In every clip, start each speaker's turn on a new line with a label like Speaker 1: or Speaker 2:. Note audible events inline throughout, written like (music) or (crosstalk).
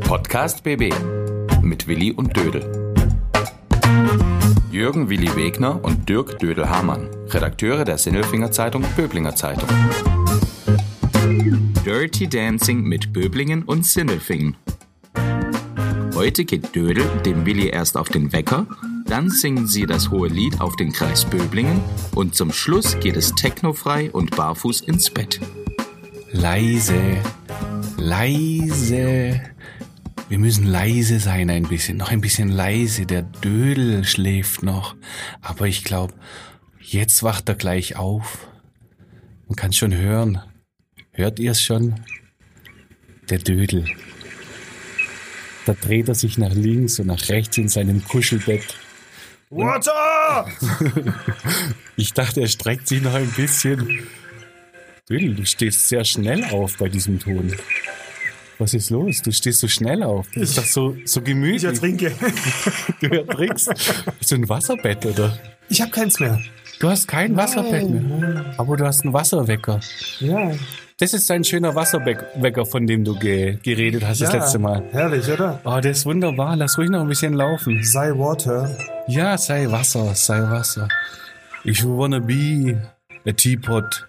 Speaker 1: Podcast BB mit Willi und Dödel. Jürgen Willi Wegner und Dirk Dödel Hamann, Redakteure der Sinnelfinger Zeitung Böblinger Zeitung. Dirty Dancing mit Böblingen und Sinnelfingen. Heute geht Dödel dem Willi erst auf den Wecker, dann singen sie das hohe Lied auf den Kreis Böblingen und zum Schluss geht es technofrei und barfuß ins Bett.
Speaker 2: Leise, leise. Wir müssen leise sein ein bisschen, noch ein bisschen leise. Der Dödel schläft noch, aber ich glaube, jetzt wacht er gleich auf. Man kann schon hören. Hört ihr es schon? Der Dödel. Da dreht er sich nach links und nach rechts in seinem Kuschelbett.
Speaker 3: Water!
Speaker 2: (laughs) Ich dachte, er streckt sich noch ein bisschen. Dödel, du stehst sehr schnell auf bei diesem Ton. Was ist los? Du stehst so schnell auf. Das ist doch so, so
Speaker 3: Ich
Speaker 2: gemütlich.
Speaker 3: ertrinke.
Speaker 2: du ertrinkst. Hast du ein Wasserbett, oder?
Speaker 3: Ich habe keins mehr.
Speaker 2: Du hast kein Wasserbett mehr. Aber du hast einen Wasserwecker.
Speaker 3: Ja.
Speaker 2: Das ist ein schöner Wasserwecker, von dem du ge geredet hast das
Speaker 3: Ja.
Speaker 2: letzte Mal.
Speaker 3: Herrlich, oder?
Speaker 2: Oh, der ist wunderbar. Lass ruhig noch ein bisschen laufen.
Speaker 3: Sei Water.
Speaker 2: Ja, sei Wasser, sei Wasser. Ich wanna be a teapot.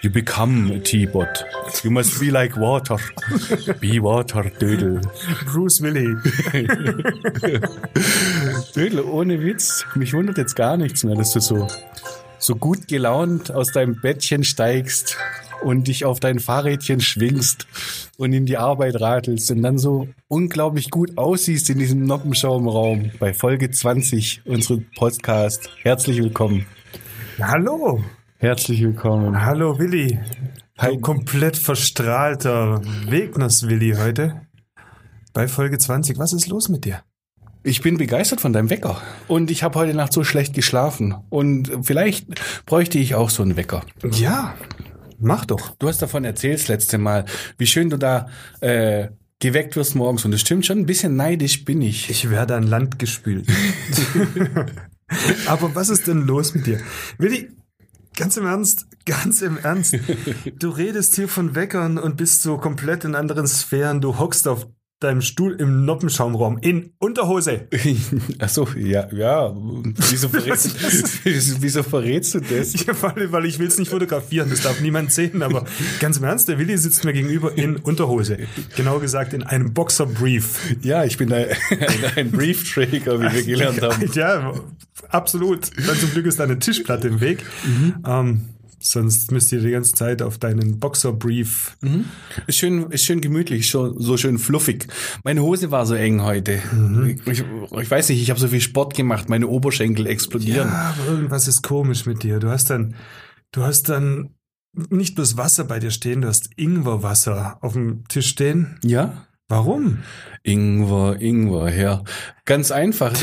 Speaker 2: You become a teapot. You must be like water. Be water, Dödel.
Speaker 3: Bruce Willy.
Speaker 2: Dödel, ohne Witz. Mich wundert jetzt gar nichts mehr, dass du so, so gut gelaunt aus deinem Bettchen steigst und dich auf dein Fahrrädchen schwingst und in die Arbeit ratelst und dann so unglaublich gut aussiehst in diesem Noppenschaumraum bei Folge 20 unseres Podcast. Herzlich willkommen.
Speaker 3: Hallo.
Speaker 2: Herzlich willkommen.
Speaker 3: Hallo, Willy.
Speaker 2: Hi.
Speaker 3: Ein komplett verstrahlter Wegners-Willy heute. Bei Folge 20. Was ist los mit dir?
Speaker 2: Ich bin begeistert von deinem Wecker. Und ich habe heute Nacht so schlecht geschlafen. Und vielleicht bräuchte ich auch so einen Wecker.
Speaker 3: Ja. Mach doch.
Speaker 2: Du hast davon erzählt das letzte Mal, wie schön du da äh, geweckt wirst morgens. Und das stimmt schon, ein bisschen neidisch bin ich.
Speaker 3: Ich werde an Land gespült. Aber was ist denn los mit dir? Willi, ganz im Ernst, ganz im Ernst. Du redest hier von Weckern und bist so komplett in anderen Sphären. Du hockst auf deinem Stuhl im Noppenschaumraum in Unterhose.
Speaker 2: (laughs) Ach so, ja, ja. Wieso verrätst, (laughs) wieso verrätst du das?
Speaker 3: Ja, weil, weil ich will es nicht fotografieren, das darf niemand sehen, aber ganz im Ernst, der Willi sitzt mir gegenüber in Unterhose. Genau gesagt in einem Boxerbrief.
Speaker 2: Ja, ich bin ein, ein Briefträger, wie wir gelernt haben.
Speaker 3: (laughs) Ja, absolut. Dann zum Glück ist da eine Tischplatte im Weg.
Speaker 2: Mhm.
Speaker 3: Ähm, sonst müsst ihr die ganze Zeit auf deinen Boxerbrief.
Speaker 2: Ist schön, ist schön gemütlich, so, so schön fluffig. Meine Hose war so eng heute. Ich, ich weiß nicht, ich habe so viel Sport gemacht, meine Oberschenkel explodieren.
Speaker 3: Ja, Ah, aber irgendwas ist komisch mit dir. Du hast dann, du hast dann nicht bloß Wasser bei dir stehen, du hast Ingwerwasser auf dem Tisch stehen.
Speaker 2: ja?
Speaker 3: Warum?
Speaker 2: Ingwer, Ingwer, ja. Ganz einfach.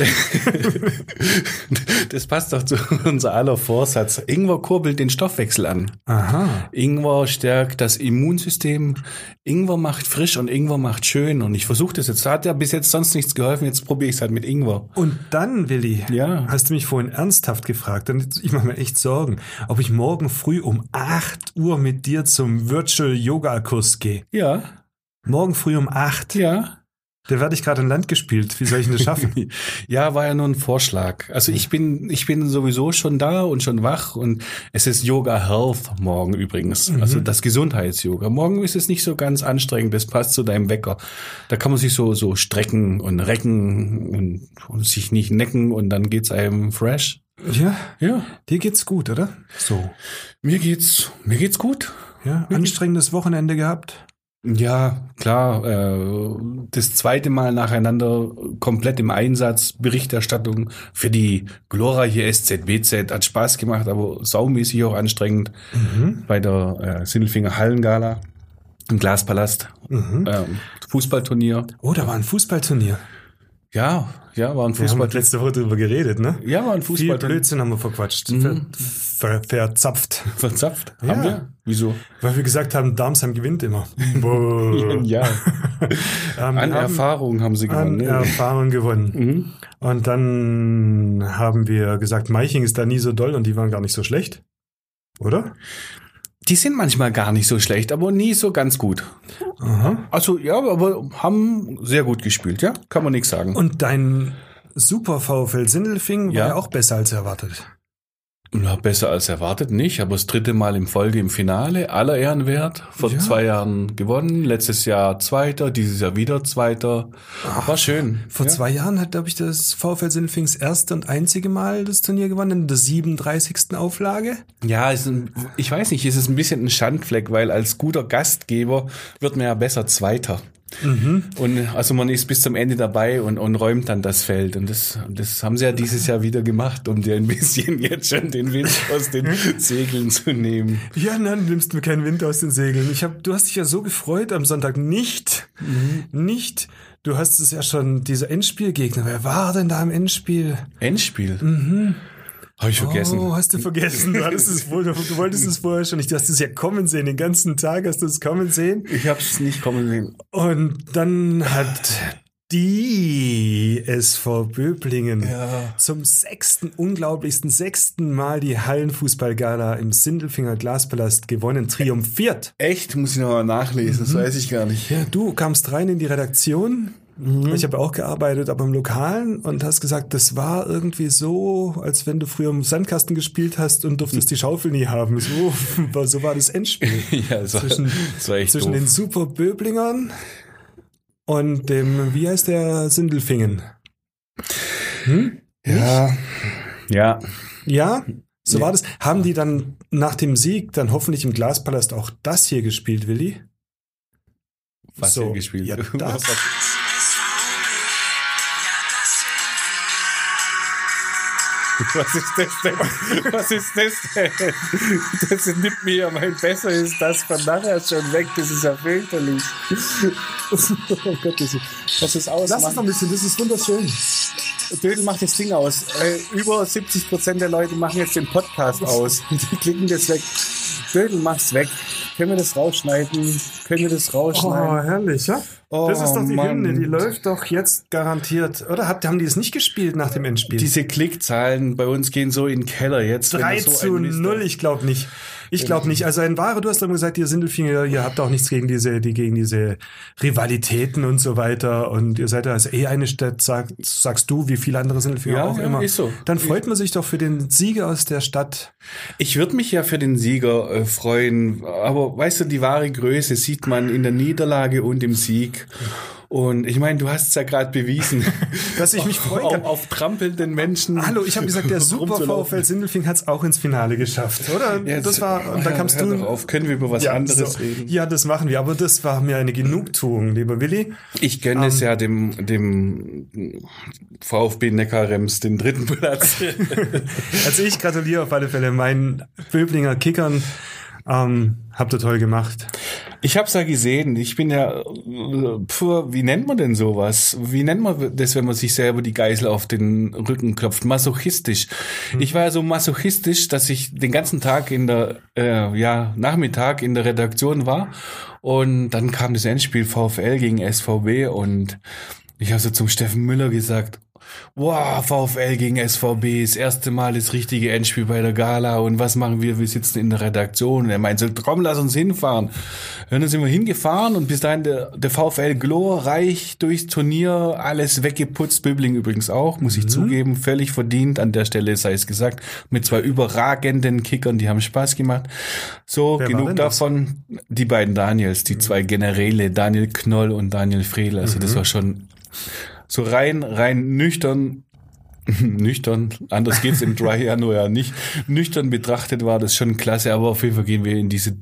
Speaker 2: das passt doch zu unser aller Vorsatz. Ingwer kurbelt den Stoffwechsel an.
Speaker 3: Aha.
Speaker 2: Ingwer stärkt das Immunsystem. Ingwer macht frisch und Ingwer macht schön. Und ich versuche das jetzt. Hat ja bis jetzt sonst nichts geholfen. Jetzt probiere ich es halt mit Ingwer.
Speaker 3: Und dann, Willi,
Speaker 2: Ja.
Speaker 3: hast du mich vorhin ernsthaft gefragt, und jetzt- ich mache mir echt Sorgen, ob ich morgen früh um 8 Uhr mit dir zum Virtual-Yoga-Kurs gehe.
Speaker 2: Ja,
Speaker 3: Morgen früh um 8.
Speaker 2: ja.
Speaker 3: Da werde ich gerade in Land gespielt. Wie soll ich denn das schaffen?
Speaker 2: (laughs) Ja, war ja nur ein Vorschlag. Also ich bin, ich bin sowieso schon da und schon wach und es ist Yoga Health morgen übrigens. Also das Gesundheits-Yoga. Morgen ist es nicht so ganz anstrengend. Das passt zu deinem Wecker. Da kann man sich so, so strecken und recken und, und sich nicht necken und dann geht's einem fresh.
Speaker 3: (laughs) ja,
Speaker 2: Ja.
Speaker 3: dir geht's gut, oder? So.
Speaker 2: Mir geht's, mir geht's gut.
Speaker 3: Ja, anstrengendes Wochenende gehabt.
Speaker 2: Ja, klar. Äh, das zweite Mal nacheinander komplett im Einsatz, Berichterstattung für die glorreiche SZBZ. Hat Spaß gemacht, aber saumäßig auch anstrengend
Speaker 3: Mhm.
Speaker 2: bei der äh, Sindelfinger Hallengala im Glaspalast.
Speaker 3: Mhm.
Speaker 2: Ähm, Fußballturnier.
Speaker 3: Oh, da war ein Fußballturnier.
Speaker 2: Ja, ja, war ein
Speaker 3: Wir haben
Speaker 2: Fußballturnier.
Speaker 3: letzte Woche drüber geredet, ne?
Speaker 2: Ja, war ein
Speaker 3: Viel
Speaker 2: Fußballturnier.
Speaker 3: Blödsinn haben wir verquatscht. Ver, ver, verzapft.
Speaker 2: Verzapft.
Speaker 3: Ja.
Speaker 2: Haben wir? Wieso?
Speaker 3: Weil wir gesagt haben, Darmsheim gewinnt (laughs) immer. Boah.
Speaker 2: Ja.
Speaker 3: Ähm,
Speaker 2: An
Speaker 3: wir Äh, haben
Speaker 2: Erfahrung haben sie gewonnen.
Speaker 3: an
Speaker 2: Ne? Mhm.
Speaker 3: Erfahrung gewonnen. (laughs) Und dann haben wir gesagt, Meiching ist da nie so doll und die waren gar nicht so schlecht. Oder?
Speaker 2: Die sind manchmal gar nicht so schlecht, aber nie so ganz gut. Also ja, aber haben sehr gut gespielt, ja? Kann man nichts sagen.
Speaker 3: Und dein Super VfL Sindelfing
Speaker 2: Ja.
Speaker 3: war ja auch besser als erwartet.
Speaker 2: Ja, besser als erwartet nicht, aber das dritte Mal im Folge im Finale, aller Ehren wert. Vor
Speaker 3: Ja.
Speaker 2: zwei Jahren gewonnen, letztes Jahr Zweiter, dieses Jahr wieder Zweiter. War schön.
Speaker 3: Vor
Speaker 2: ja.
Speaker 3: zwei Jahren hat, glaube ich, das VfL Sindelfings erste und einzige Mal das Turnier gewonnen, in der 37. Auflage.
Speaker 2: Ja, ist ein, ich weiß nicht, ist es ein bisschen ein Schandfleck, weil als guter Gastgeber wird man ja besser Zweiter.
Speaker 3: Mhm.
Speaker 2: Und also man ist bis zum Ende dabei und, und räumt dann das Feld. Und das, das haben sie ja dieses Jahr wieder gemacht, um dir ein (laughs) bisschen jetzt schon den Wind aus den
Speaker 3: Mhm.
Speaker 2: Segeln zu nehmen.
Speaker 3: Ja, nein, du nimmst mir keinen Wind aus den Segeln. Ich hab, du hast dich ja so gefreut am Sonntag. Nicht, nicht. Du hast es ja schon, dieser Endspielgegner. Wer war denn da im Endspiel?
Speaker 2: Endspiel. Habe ich vergessen.
Speaker 3: Mhm. Oh, hast du vergessen. Du, hattest es wohl, du wolltest es vorher schon nicht. Du hast es ja kommen sehen. Den ganzen Tag hast du es kommen sehen.
Speaker 2: Ich habe es nicht kommen sehen.
Speaker 3: Und dann hat die SV Böblingen zum sechsten, unglaublichsten sechsten Mal die Hallenfußballgala im Sindelfinger Glaspalast gewonnen, triumphiert.
Speaker 2: Echt? Muss ich nochmal nachlesen, das weiß ich gar nicht.
Speaker 3: Mhm. Ja, du kamst rein in die Redaktion. Ich habe auch gearbeitet, aber im Lokalen und hast gesagt, das war irgendwie so, als wenn du früher im Sandkasten gespielt hast und durftest die Schaufel nie haben. So, war- so (laughs) war das Endspiel.
Speaker 2: Ja, das war,
Speaker 3: Zwischen-
Speaker 2: Also, das war echt
Speaker 3: Zwischen
Speaker 2: doof.
Speaker 3: den Superböblingern und dem, wie heißt der, Sindelfingen. Hm?
Speaker 2: ja. ja,
Speaker 3: Ja, so war das. Haben die dann nach dem Sieg dann hoffentlich im Glaspalast auch das hier gespielt, Willi?
Speaker 2: was
Speaker 3: So,
Speaker 2: hier gespielt. (laughs)
Speaker 3: Ja, das.
Speaker 2: Was ist das denn? Was ist das denn? Das nimmt mir ja mein Besser ist das von nachher schon weg. Das ist ja fürchterlich. Oh Gott, das ist, das ist aus.
Speaker 3: Lass es noch ein bisschen, das ist wunderschön.
Speaker 2: Dödel macht das Ding aus. Äh, über 70 Prozent der Leute machen jetzt den Podcast aus. (laughs) Die klicken das weg. Dödel macht's weg. Können wir das rausschneiden? Können wir das
Speaker 3: Oh,
Speaker 2: rausschneiden?
Speaker 3: herrlich, ja?
Speaker 2: Oh,
Speaker 3: das ist doch die
Speaker 2: Mann.
Speaker 3: Hymne, die läuft doch jetzt garantiert. Oder Habt- haben die es nicht gespielt nach dem Endspiel?
Speaker 2: Diese Klickzahlen bei uns gehen so in den Keller jetzt. wenn
Speaker 3: 3
Speaker 2: du so
Speaker 3: zu
Speaker 2: ein Mist- Genau.
Speaker 3: 0, ich glaube nicht. Ich glaube nicht. Also ein Wahre, du hast dann gesagt, ihr Sindelfinger, ihr habt auch nichts gegen diese, die, gegen diese Rivalitäten und so weiter. Und ihr seid ja als eh eine Stadt, sag, sagst du, wie viele andere Sindelfinger
Speaker 2: Ja,
Speaker 3: auch
Speaker 2: ja,
Speaker 3: immer.
Speaker 2: ist so.
Speaker 3: Dann freut man sich doch für den Sieger aus der Stadt.
Speaker 2: Ich würde mich ja für den Sieger äh, freuen, aber weißt du, die wahre Größe sieht man in der Niederlage und im Sieg. Und ich meine, du hast es ja gerade bewiesen,
Speaker 3: (laughs) Dass ich mich freuen kann.
Speaker 2: auf, auf trampelnden Menschen.
Speaker 3: Hallo, ich habe gesagt, der Super
Speaker 2: (laughs) rumzulaufen.
Speaker 3: VfL Sindelfing hat es auch ins Finale geschafft, oder?
Speaker 2: Ja,
Speaker 3: das war, und da
Speaker 2: hör-
Speaker 3: kamst
Speaker 2: hör
Speaker 3: du.
Speaker 2: doch auf, können wir über was anderes
Speaker 3: so.
Speaker 2: reden?
Speaker 3: ja, das machen wir, aber das war mir eine Genugtuung, lieber Willi.
Speaker 2: Ich gönne es
Speaker 3: Ähm.
Speaker 2: ja dem, dem VfB Neckarrems den dritten Platz.
Speaker 3: Also ich gratuliere auf alle Fälle meinen Böblinger Kickern. Ähm, habt ihr toll gemacht.
Speaker 2: Ich hab's ja gesehen. Ich bin ja, äh, puh, wie nennt man denn sowas? Wie nennt man das, wenn man sich selber die Geißel auf den Rücken klopft? Masochistisch. Ich war ja so masochistisch, dass ich den ganzen Tag in der, äh, ja, Nachmittag in der Redaktion war und dann kam das Endspiel VfL gegen SVB und ich habe so zum Steffen Müller gesagt, wow, VfL gegen SVB, das erste Mal das richtige Endspiel bei der Gala und was machen wir? Wir sitzen in der Redaktion. Und er meint so, komm, lass uns hinfahren. Und dann sind wir hingefahren und bis dahin der, der VfL glorreich durchs Turnier, alles weggeputzt, Böbling übrigens auch, muss
Speaker 3: Mhm.
Speaker 2: ich zugeben, völlig verdient an der Stelle, sei es gesagt, mit zwei überragenden Kickern, die haben Spaß gemacht. So,
Speaker 3: Wer war
Speaker 2: genug
Speaker 3: denn das? Mhm.
Speaker 2: davon, die beiden Daniels, die zwei Generäle, Daniel Knoll und Daniel Frehl, also das war schon so rein, rein nüchtern, (laughs) nüchtern, anders geht's im Dry Januar ja nicht. Nüchtern betrachtet war das schon klasse, aber auf jeden Fall gehen wir in diese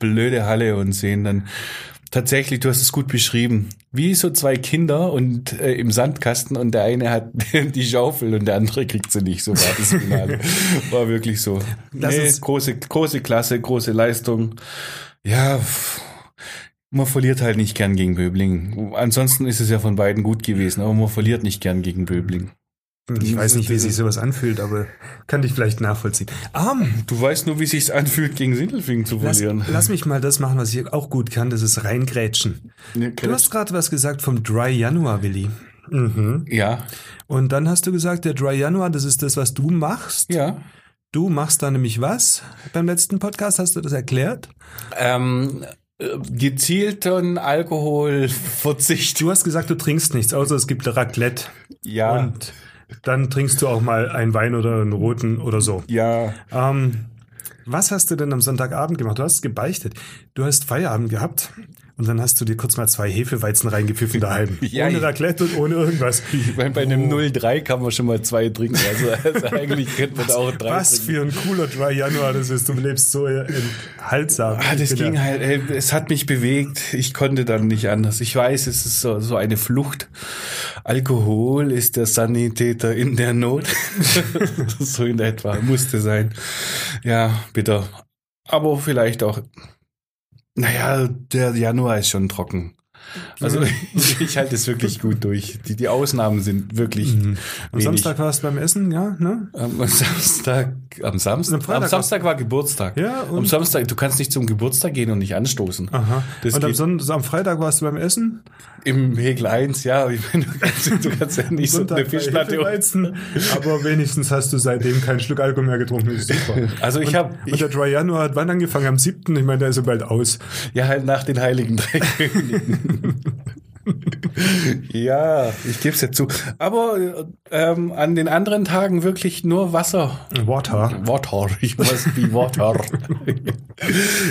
Speaker 2: blöde Halle und sehen dann tatsächlich, du hast es gut beschrieben, wie so zwei Kinder und äh, im Sandkasten und der eine hat (laughs) die Schaufel und der andere kriegt sie nicht. So war das Finale. War wirklich so.
Speaker 3: Lass
Speaker 2: Nee,
Speaker 3: uns-
Speaker 2: große, große Klasse, große Leistung. Ja, pff, man verliert halt nicht gern gegen Böbling. Ansonsten ist es ja von beiden gut gewesen, aber man verliert nicht gern gegen Böbling.
Speaker 3: Ich weiß nicht, wie sich sowas anfühlt, aber kann dich vielleicht nachvollziehen. Ähm,
Speaker 2: Du weißt nur, wie sich's anfühlt, gegen Sindelfingen zu
Speaker 3: lass,
Speaker 2: verlieren.
Speaker 3: lass mich mal das machen, was ich auch gut kann, das ist reingrätschen. Du hast gerade was gesagt vom Dry Januar, Willi. Mhm.
Speaker 2: ja,
Speaker 3: Und dann hast du gesagt, der Dry Januar, das ist das, was du machst.
Speaker 2: ja.
Speaker 3: Du machst da nämlich was? Beim letzten Podcast hast du das erklärt.
Speaker 2: Ähm, äh, gezielten Alkoholverzicht.
Speaker 3: Du hast gesagt, du trinkst nichts, außer es gibt Raclette.
Speaker 2: Ja.
Speaker 3: Und dann trinkst du auch mal einen Wein oder einen roten oder so.
Speaker 2: Ja.
Speaker 3: Ähm, was hast du denn am Sonntagabend gemacht? Du hast gebeichtet. Du hast Feierabend gehabt und dann hast du dir kurz mal zwei Hefeweizen reingepfiffen daheim.
Speaker 2: (laughs) Ja,
Speaker 3: ohne
Speaker 2: ich-
Speaker 3: Raclette und ohne
Speaker 2: (laughs)
Speaker 3: irgendwas. Oh,
Speaker 2: Bei, bei einem 03 kann man schon mal zwei trinken. Also, also eigentlich könnte man da auch drei
Speaker 3: Was
Speaker 2: trinken.
Speaker 3: für ein cooler Dry Januar das ist. Du lebst so enthaltsam.
Speaker 2: Ah, das
Speaker 3: Ich bin
Speaker 2: ging
Speaker 3: ja-
Speaker 2: halt, ey, es hat mich bewegt. Ich konnte dann nicht anders. Ich weiß, es ist so, so eine Flucht. Alkohol ist der Sanitäter in der
Speaker 3: (laughs)
Speaker 2: Not. (laughs) so in etwa musste sein. Ja, bitter. Aber vielleicht auch. Naja, der Januar ist schon trocken. Also ich, (laughs) ich halte es wirklich gut durch. Die, die Ausnahmen sind wirklich
Speaker 3: Mhm. Am
Speaker 2: wenig.
Speaker 3: Samstag warst du beim Essen, ja? Ne?
Speaker 2: Am am Samstag, am
Speaker 3: Am
Speaker 2: Samstag,
Speaker 3: Freitag
Speaker 2: am Samstag war Geburtstag.
Speaker 3: Ja, und-
Speaker 2: am Samstag, du kannst nicht zum Geburtstag gehen und nicht anstoßen.
Speaker 3: Aha.
Speaker 2: Das
Speaker 3: und am,
Speaker 2: geht-
Speaker 3: Sonntag, am Freitag warst du beim Essen?
Speaker 2: Im Hegel 1, ja, ich meine, du kannst, du kannst ja nicht so
Speaker 3: Sonntag
Speaker 2: eine
Speaker 3: bei (laughs)
Speaker 2: Fischplatte.
Speaker 3: Hefeweizen. Aber wenigstens hast du seitdem kein Schluck Alkohol mehr getrunken. Das ist super.
Speaker 2: Also ich
Speaker 3: Und-
Speaker 2: habe
Speaker 3: Und der Dry Januar hat wann angefangen? Am 7. Ich meine, der ist ja bald aus.
Speaker 2: ja halt nach den heiligen drei Königen. (laughs) Ja, ich gebe es ja zu. Aber ähm, an den anderen Tagen wirklich nur Wasser.
Speaker 3: Water.
Speaker 2: Water, ich weiß wie Water. (laughs)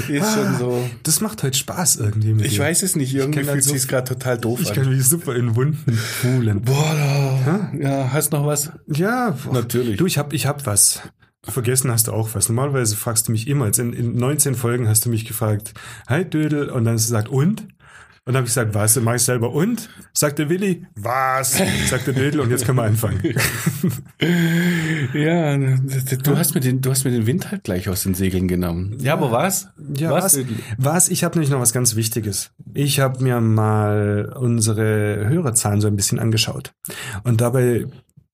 Speaker 2: Ist schon so.
Speaker 3: Das macht heute Spaß irgendwie. Mit
Speaker 2: Ich
Speaker 3: dir.
Speaker 2: weiß es nicht, irgendwie
Speaker 3: kenn halt
Speaker 2: fühlt
Speaker 3: so-
Speaker 2: sich gerade total doof
Speaker 3: Ich
Speaker 2: an.
Speaker 3: kann mich super in Wunden fühlen.
Speaker 2: Boah, da. ja, hast noch was?
Speaker 3: Ja, boah.
Speaker 2: Natürlich.
Speaker 3: Du, ich hab, ich hab was. Vergessen hast du auch was. Normalerweise fragst du mich immer. Jetzt in, in 19 Folgen hast du mich gefragt, hi Dödel, und dann hast du gesagt, und? Und dann habe ich gesagt, was? Dann mach ich selber und? Sagt der Willi, was? Sagt der Dödel, und jetzt können wir anfangen.
Speaker 2: Ja, du hast, mir den, du hast mir den Wind halt gleich aus den Segeln genommen. Ja, aber was?
Speaker 3: Ja, was? Was? Ich habe nämlich noch was ganz Wichtiges. Ich habe mir mal unsere Hörerzahlen so ein bisschen angeschaut. Und dabei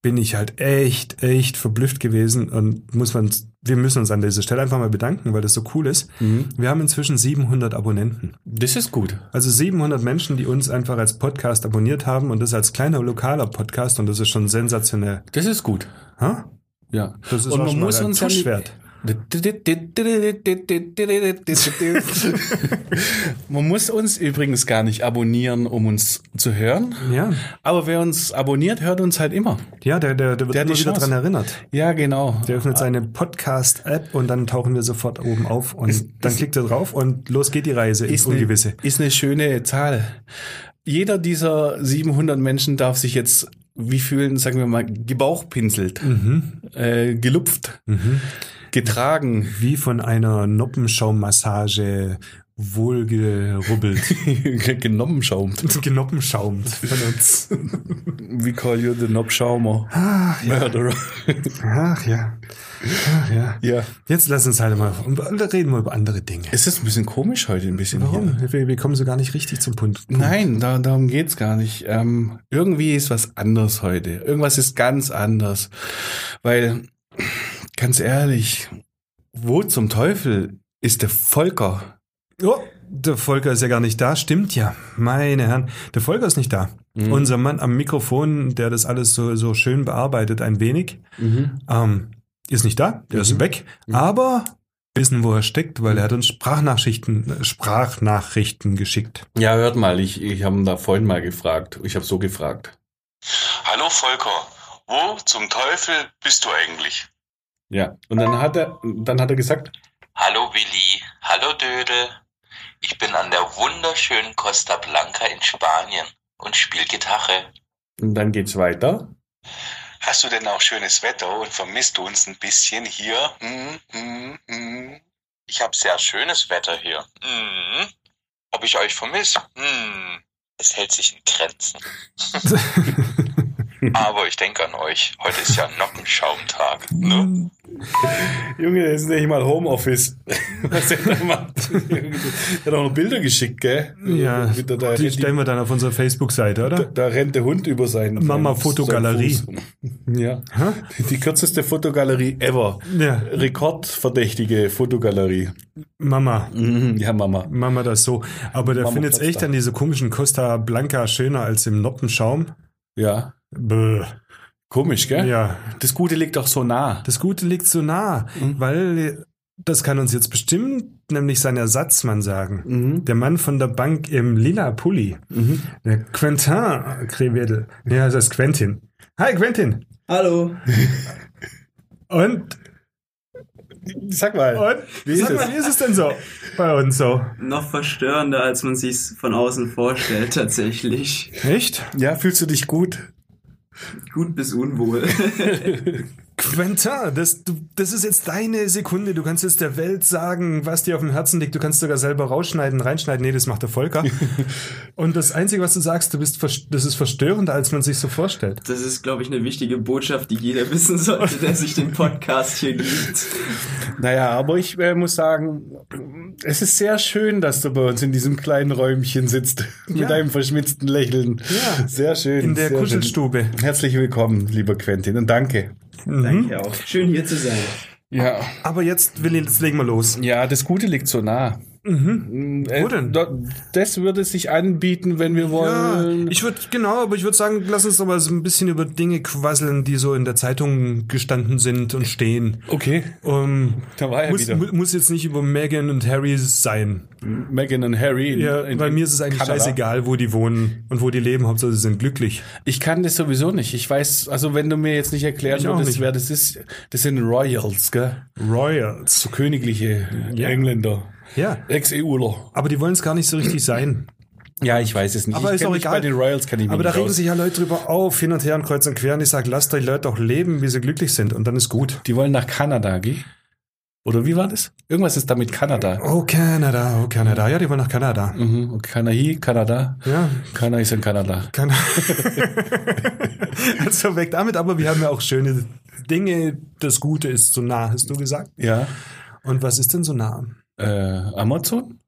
Speaker 3: bin ich halt echt, echt verblüfft gewesen und muss man, wir müssen uns an dieser Stelle einfach mal bedanken, weil das so cool ist.
Speaker 2: Mhm.
Speaker 3: Wir haben inzwischen 700 Abonnenten.
Speaker 2: Das ist gut.
Speaker 3: Also 700 Menschen, die uns einfach als Podcast abonniert haben und das als kleiner lokaler Podcast und das ist schon sensationell.
Speaker 2: Das ist gut.
Speaker 3: Ha?
Speaker 2: Ja.
Speaker 3: Das ist
Speaker 2: Und
Speaker 3: auch
Speaker 2: man
Speaker 3: schon mal
Speaker 2: muss
Speaker 3: ein
Speaker 2: uns ja nicht-
Speaker 3: Tuschwert.
Speaker 2: (laughs) Man muss uns übrigens gar nicht abonnieren, um uns zu hören.
Speaker 3: Ja,
Speaker 2: Aber wer uns abonniert, hört uns halt immer.
Speaker 3: ja, der, der, der wird
Speaker 2: Der hat
Speaker 3: immer
Speaker 2: die
Speaker 3: wieder
Speaker 2: Chance.
Speaker 3: dran erinnert.
Speaker 2: Ja, genau.
Speaker 3: Der öffnet seine Podcast-App und dann tauchen wir sofort oben auf und dann klickt er drauf und los geht die Reise ins
Speaker 2: eine,
Speaker 3: Ungewisse.
Speaker 2: ist eine schöne Zahl. Jeder dieser 700 Menschen darf sich jetzt, wie fühlen, sagen wir mal, gebauchpinselt,
Speaker 3: Mhm.
Speaker 2: äh, gelupft, getragen. (laughs)
Speaker 3: Wie von einer Noppenschaummassage wohlgerubbelt,
Speaker 2: genommen schaumt.
Speaker 3: genoppenschaumt von uns.
Speaker 2: We call you the Nobschaumer. Murderer.
Speaker 3: Ach ja. Ach ja.
Speaker 2: (laughs) ja.
Speaker 3: Jetzt lass uns halt mal reden wir über andere Dinge.
Speaker 2: Es ist ein bisschen komisch heute, ein bisschen. Hier.
Speaker 3: Warum? Wir, wir kommen so gar nicht richtig zum Punkt.
Speaker 2: Nein, da, darum geht's gar nicht. Ähm, irgendwie ist was anders heute. Irgendwas ist ganz anders. Weil, ganz ehrlich, wo zum Teufel ist der Volker?
Speaker 3: Oh, der Volker ist ja gar nicht da. Stimmt ja. Meine Herren, der Volker ist nicht da. Unser Mann am Mikrofon, der das alles so, so schön bearbeitet, ein wenig,
Speaker 2: Mhm.
Speaker 3: ähm, ist nicht da. Der ist weg. Aber wir wissen, wo er steckt, weil er hat uns Sprachnachrichten, äh, Sprachnachrichten geschickt.
Speaker 2: Ja, hört mal, ich, ich habe ihn da vorhin mal gefragt. Ich habe so gefragt.
Speaker 4: Hallo Volker, wo zum Teufel bist du eigentlich?
Speaker 2: Ja. Und dann hat er, dann hat er gesagt,
Speaker 4: Hallo Willi, hallo Dödel. Ich bin an der wunderschönen Costa Blanca in Spanien und spiele Gitarre.
Speaker 2: und dann geht's weiter.
Speaker 4: Hast du denn auch schönes Wetter und vermisst du uns ein bisschen hier? Hm, hm, hm. Ich habe sehr schönes Wetter hier. Hm. Ob ich euch vermisse? Hm. Es hält sich in Grenzen. Aber ich denke an euch. Heute ist ja Noppenschaumtag. Ne?
Speaker 2: Junge, der ist nicht mal
Speaker 3: (laughs)
Speaker 2: Homeoffice. Was er da macht. Der hat auch noch Bilder geschickt, gell?
Speaker 3: Ja,
Speaker 2: Wie Äh, der da
Speaker 3: die
Speaker 2: rennt die-
Speaker 3: stellen wir dann auf unserer Facebook-Seite,
Speaker 2: Da,
Speaker 3: oder?
Speaker 2: da rennt der Hund über seinen
Speaker 3: Mama
Speaker 2: seinen-
Speaker 3: Fotogalerie.
Speaker 2: seinen Fuß. um. Ja.
Speaker 3: Hä?
Speaker 2: Die kürzeste Fotogalerie ever.
Speaker 3: Ja,
Speaker 2: Äh. Rekordverdächtige Fotogalerie.
Speaker 3: Mama.
Speaker 2: Mhm, Ja, Mama.
Speaker 3: Machen wir das so. Aber der
Speaker 2: Machen wir
Speaker 3: findet
Speaker 2: Platz
Speaker 3: echt
Speaker 2: da.
Speaker 3: an diese komischen Costa Blanca schöner als im Noppenschaum.
Speaker 2: Ja.
Speaker 3: Bäh.
Speaker 2: Komisch, gell?
Speaker 3: Ja.
Speaker 2: Das Gute liegt auch so nah.
Speaker 3: Das Gute liegt so nah,
Speaker 2: Mhm.
Speaker 3: weil äh, das kann uns jetzt bestimmt nämlich sein Ersatzmann sagen.
Speaker 2: Mhm.
Speaker 3: Der Mann von der Bank im lila Pulli.
Speaker 2: Mhm.
Speaker 3: Der Quentin Krevedel. Ja, das ist Quentin. Hi, Quentin.
Speaker 5: Hallo.
Speaker 3: Und,
Speaker 2: Sag mal.
Speaker 3: und sag mal, wie ist es denn so bei uns so?
Speaker 5: Noch verstörender, als man sich's von außen vorstellt, tatsächlich.
Speaker 3: Nicht?
Speaker 2: Ja, fühlst du dich gut?
Speaker 5: Gut bis unwohl.
Speaker 3: Quentin, das, du, das ist jetzt deine Sekunde. Du kannst jetzt der Welt sagen, was dir auf dem Herzen liegt. Du kannst sogar selber rausschneiden, reinschneiden. Nee, das macht
Speaker 2: (laughs)
Speaker 3: der Volker. Und das Einzige, was du sagst, du bist, vers- das ist verstörender, als man sich so vorstellt.
Speaker 5: Das ist, glaube ich, eine wichtige Botschaft, die jeder wissen sollte, der sich den Podcast hier gibt.
Speaker 2: Naja, aber ich äh, muss sagen, es ist sehr schön, dass du bei uns in diesem kleinen Räumchen sitzt. (laughs)
Speaker 3: Ja.
Speaker 2: Mit einem verschmitzten Lächeln.
Speaker 3: Ja.
Speaker 2: Sehr schön.
Speaker 3: In der
Speaker 2: sehr schön.
Speaker 3: Kuschelstube.
Speaker 2: Herzlich willkommen, lieber Quentin, und danke.
Speaker 5: Danke auch. Schön hier zu sein.
Speaker 2: Ja.
Speaker 3: Aber jetzt, Willi, jetzt legen wir los.
Speaker 2: Ja, das Gute liegt so nah. Mhm.
Speaker 3: Wo denn?
Speaker 2: Das würde sich anbieten, wenn wir
Speaker 3: Ja,
Speaker 2: wollen.
Speaker 3: ich würde, genau, aber ich würde sagen, lass uns doch mal so ein bisschen über Dinge quasseln, die so in der Zeitung gestanden sind und stehen.
Speaker 2: okay,
Speaker 3: Ähm,
Speaker 2: da war er
Speaker 3: muss,
Speaker 2: wieder.
Speaker 3: mu- muss jetzt nicht über Meghan und Harry sein.
Speaker 2: Meghan und Harry. in-
Speaker 3: Ja,
Speaker 2: in-
Speaker 3: bei mir ist es eigentlich
Speaker 2: Kanada.
Speaker 3: scheißegal, wo die wohnen und wo die leben. Hauptsache, sie sind glücklich.
Speaker 2: Ich kann das sowieso nicht. Ich weiß, also wenn du mir jetzt nicht erklären
Speaker 3: Ich auch
Speaker 2: würdest,
Speaker 3: nicht.
Speaker 2: wer das ist, das sind Royals, gell?
Speaker 3: Royals.
Speaker 2: So königliche
Speaker 3: Ja.
Speaker 2: Engländer.
Speaker 3: Ja.
Speaker 2: Ex-EUler.
Speaker 3: Aber die wollen es gar nicht so richtig sein.
Speaker 2: Ja, ich weiß es nicht.
Speaker 3: Aber
Speaker 2: ich
Speaker 3: ist
Speaker 2: kenn
Speaker 3: auch
Speaker 2: mich
Speaker 3: egal.
Speaker 2: Bei den Royals kann ich mich
Speaker 3: Aber da
Speaker 2: nicht
Speaker 3: regen
Speaker 2: aus.
Speaker 3: sich ja Leute drüber auf, hin und her und kreuz und quer. Und ich sage, lasst die Leute doch leben, wie sie glücklich sind. Und dann ist gut.
Speaker 2: Die wollen nach Kanada, gell? Oder wie war das? Irgendwas ist da mit Kanada.
Speaker 3: Oh, Kanada, oh, Kanada. Ja, die wollen nach Kanada.
Speaker 2: Mhm. Kanahi, Kanada.
Speaker 3: Ja, (laughs)
Speaker 2: Kana ist in Kanada.
Speaker 3: Kann also weg damit, aber wir haben ja auch schöne Dinge. Das Gute ist so nah, hast du gesagt.
Speaker 2: Ja.
Speaker 3: Und was ist denn so nah?
Speaker 2: Äh, Amazon?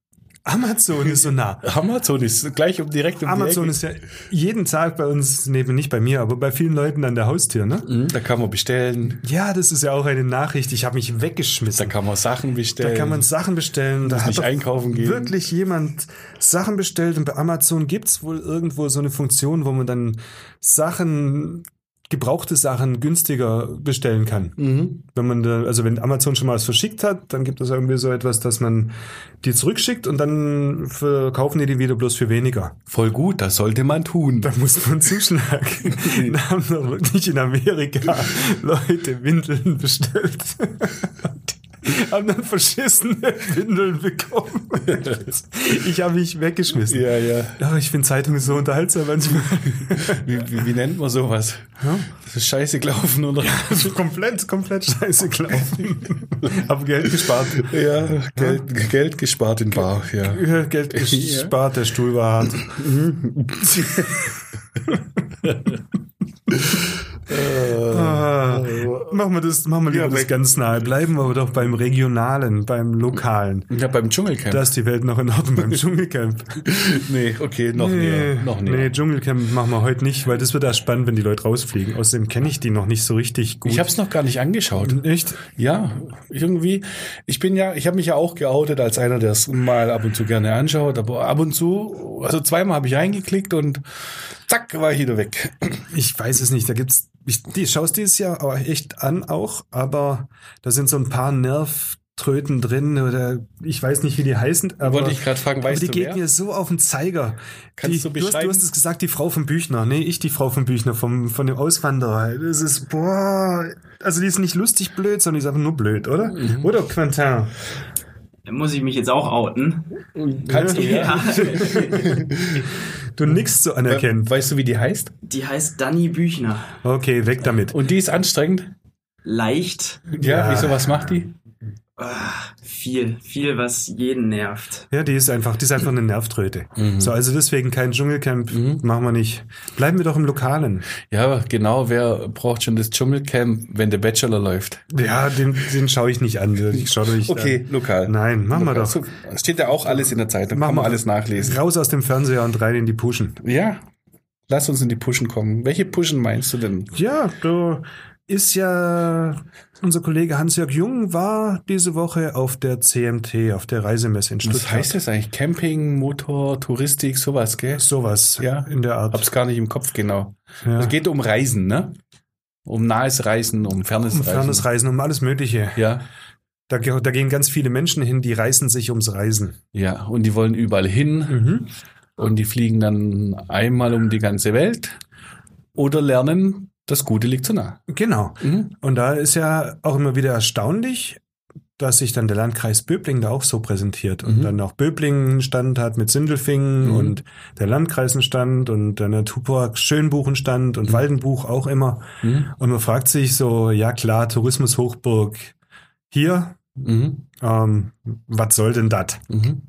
Speaker 3: Amazon ist
Speaker 2: (laughs)
Speaker 3: so nah.
Speaker 2: Amazon ist gleich um direkt um
Speaker 3: Amazon
Speaker 2: die
Speaker 3: ist ja jeden Tag bei uns, nee, nicht bei mir, aber bei vielen Leuten an der Haustür, ne?
Speaker 2: Ecke. Mhm. Da kann man bestellen,
Speaker 3: Ja, das ist ja auch eine Nachricht. Ich habe mich
Speaker 2: da
Speaker 3: weggeschmissen.
Speaker 2: kann man Sachen bestellen.
Speaker 3: Da kann man Sachen bestellen. Da
Speaker 2: nicht
Speaker 3: doch
Speaker 2: einkaufen gehen.
Speaker 3: Wirklich jemand Sachen bestellt und bei Amazon gibt's wohl irgendwo so eine Funktion, wo man dann Sachen, gebrauchte Sachen günstiger bestellen kann.
Speaker 2: Mhm.
Speaker 3: wenn man da, also wenn Amazon schon mal was verschickt hat, dann gibt es irgendwie so etwas, dass man die zurückschickt und dann verkaufen die die wieder bloß für weniger.
Speaker 2: Voll gut, das sollte man tun.
Speaker 3: Da muss
Speaker 2: (laughs)
Speaker 3: man zuschlagen. da haben doch wirklich in Amerika Leute Windeln bestellt. (laughs) Und haben dann verschissene Windeln
Speaker 2: (laughs)
Speaker 3: bekommen. Ich habe mich weggeschmissen.
Speaker 2: Ja, ja.
Speaker 3: Ja, ich finde Zeitungen so
Speaker 2: (laughs)
Speaker 3: unterhaltsam manchmal.
Speaker 2: Wie, wie, wie nennt man sowas? Das ist scheiße gelaufen, oder?
Speaker 3: Also komplett, komplett scheiße gelaufen. Hab Geld gespart.
Speaker 2: Ja, Geld, Geld gespart in Bar, ja.
Speaker 3: Ja, Geld gespart, der Stuhl war hart.
Speaker 2: Mhm.
Speaker 3: Ah,
Speaker 2: Oh.
Speaker 3: machen wir das, machen wir lieber das ganz nahe. Bleiben wir aber doch beim Regionalen, beim Lokalen.
Speaker 2: Ja, beim Dschungelcamp.
Speaker 3: Da ist die Welt noch in Ordnung beim Dschungelcamp.
Speaker 2: nee, okay, noch näher. Noch näher.
Speaker 3: nee, Dschungelcamp machen wir heute nicht, weil das wird erst spannend, wenn die Leute rausfliegen. Außerdem kenne ich die noch nicht so richtig gut.
Speaker 2: Ich hab's noch gar nicht angeschaut.
Speaker 3: Echt?
Speaker 2: Ja, irgendwie. Ich bin ja, ich habe mich ja auch geoutet als einer, der es mal ab und zu gerne anschaut, aber ab und zu, also zweimal habe ich reingeklickt und zack, war ich wieder weg.
Speaker 3: Ich weiß es nicht. Da gibt's. Ich die, schaust dieses Jahr aber echt an auch, aber da sind so ein paar Nervtröten drin oder ich weiß nicht, wie die heißen. Aber
Speaker 2: Wollte ich gerade fragen,
Speaker 3: aber
Speaker 2: weißt
Speaker 3: die
Speaker 2: du
Speaker 3: geht
Speaker 2: wer?
Speaker 3: mir so auf den Zeiger.
Speaker 2: Kannst
Speaker 3: die,
Speaker 2: du
Speaker 3: hast, du
Speaker 2: beschreiben?
Speaker 3: hast es gesagt, die Frau von Büchner. Nee, ich die Frau von Büchner, vom, von dem Auswanderer. Das ist, boah. Also die ist nicht lustig blöd, sondern die ist einfach nur blöd, oder?
Speaker 2: Mhm.
Speaker 3: Oder Quentin?
Speaker 5: Da muss ich mich jetzt auch outen.
Speaker 2: Kannst du ja.
Speaker 5: Ja.
Speaker 3: Du
Speaker 2: Mhm.
Speaker 3: nix zu anerkennen.
Speaker 2: Weißt du, wie die heißt?
Speaker 5: Die heißt Dani Büchner.
Speaker 3: Okay, weg damit.
Speaker 2: Und die ist anstrengend.
Speaker 5: Leicht.
Speaker 2: Ja,
Speaker 3: Ja.
Speaker 2: wieso, was macht die?
Speaker 5: Ah, viel, viel, was jeden nervt.
Speaker 3: Ja, die ist einfach, die ist einfach eine Nervtröte.
Speaker 2: Mhm.
Speaker 3: So, also deswegen kein Dschungelcamp machen wir nicht. Bleiben wir doch im Lokalen.
Speaker 2: Ja, genau, wer braucht schon das Dschungelcamp, wenn der Bachelor läuft?
Speaker 3: Ja, den, den schaue ich nicht an. Ich schaue nicht
Speaker 2: Okay,
Speaker 3: an.
Speaker 2: lokal.
Speaker 3: Nein, machen wir
Speaker 2: Lokal.
Speaker 3: doch.
Speaker 2: So, Steht ja auch alles in der Zeitung, kann man alles nachlesen.
Speaker 3: Raus aus dem Fernseher und rein in die Puschen.
Speaker 2: Ja, lass uns in die Pushen kommen. Welche Pushen meinst du denn?
Speaker 3: Ja, du ist ja unser Kollege Hans-Jörg Jung war diese Woche auf der CMT, auf der Reisemesse in Stuttgart.
Speaker 2: Was heißt das eigentlich? Camping, Motor, Touristik, sowas, gell?
Speaker 3: Sowas
Speaker 2: Ja.
Speaker 3: in der Art.
Speaker 2: Hab's gar nicht im Kopf genau.
Speaker 3: Ja.
Speaker 2: Es geht um Reisen, ne? Um nahes Reisen, um fernes
Speaker 3: Um
Speaker 2: Reisen.
Speaker 3: fernes Reisen, um alles Mögliche.
Speaker 2: Ja,
Speaker 3: Da, ge- da gehen ganz viele Menschen hin, die reißen sich ums Reisen.
Speaker 2: ja. Und die wollen überall hin
Speaker 3: Mhm.
Speaker 2: und die fliegen dann einmal um die ganze Welt oder lernen, das Gute liegt zu nah.
Speaker 3: Genau.
Speaker 2: Mhm.
Speaker 3: Und da ist ja auch immer wieder erstaunlich, dass sich dann der Landkreis Böblingen da auch so präsentiert und
Speaker 2: Mhm.
Speaker 3: dann auch Böblingen einen Stand hat mit Sindelfingen
Speaker 2: Mhm.
Speaker 3: und der Landkreis einen Stand und der Naturpark Schönbuch einen Stand und
Speaker 2: Mhm.
Speaker 3: Waldenbuch auch immer.
Speaker 2: Mhm.
Speaker 3: Und man fragt sich so, ja klar, Tourismushochburg hier,
Speaker 2: Mhm.
Speaker 3: ähm, was soll denn das?
Speaker 2: Mhm.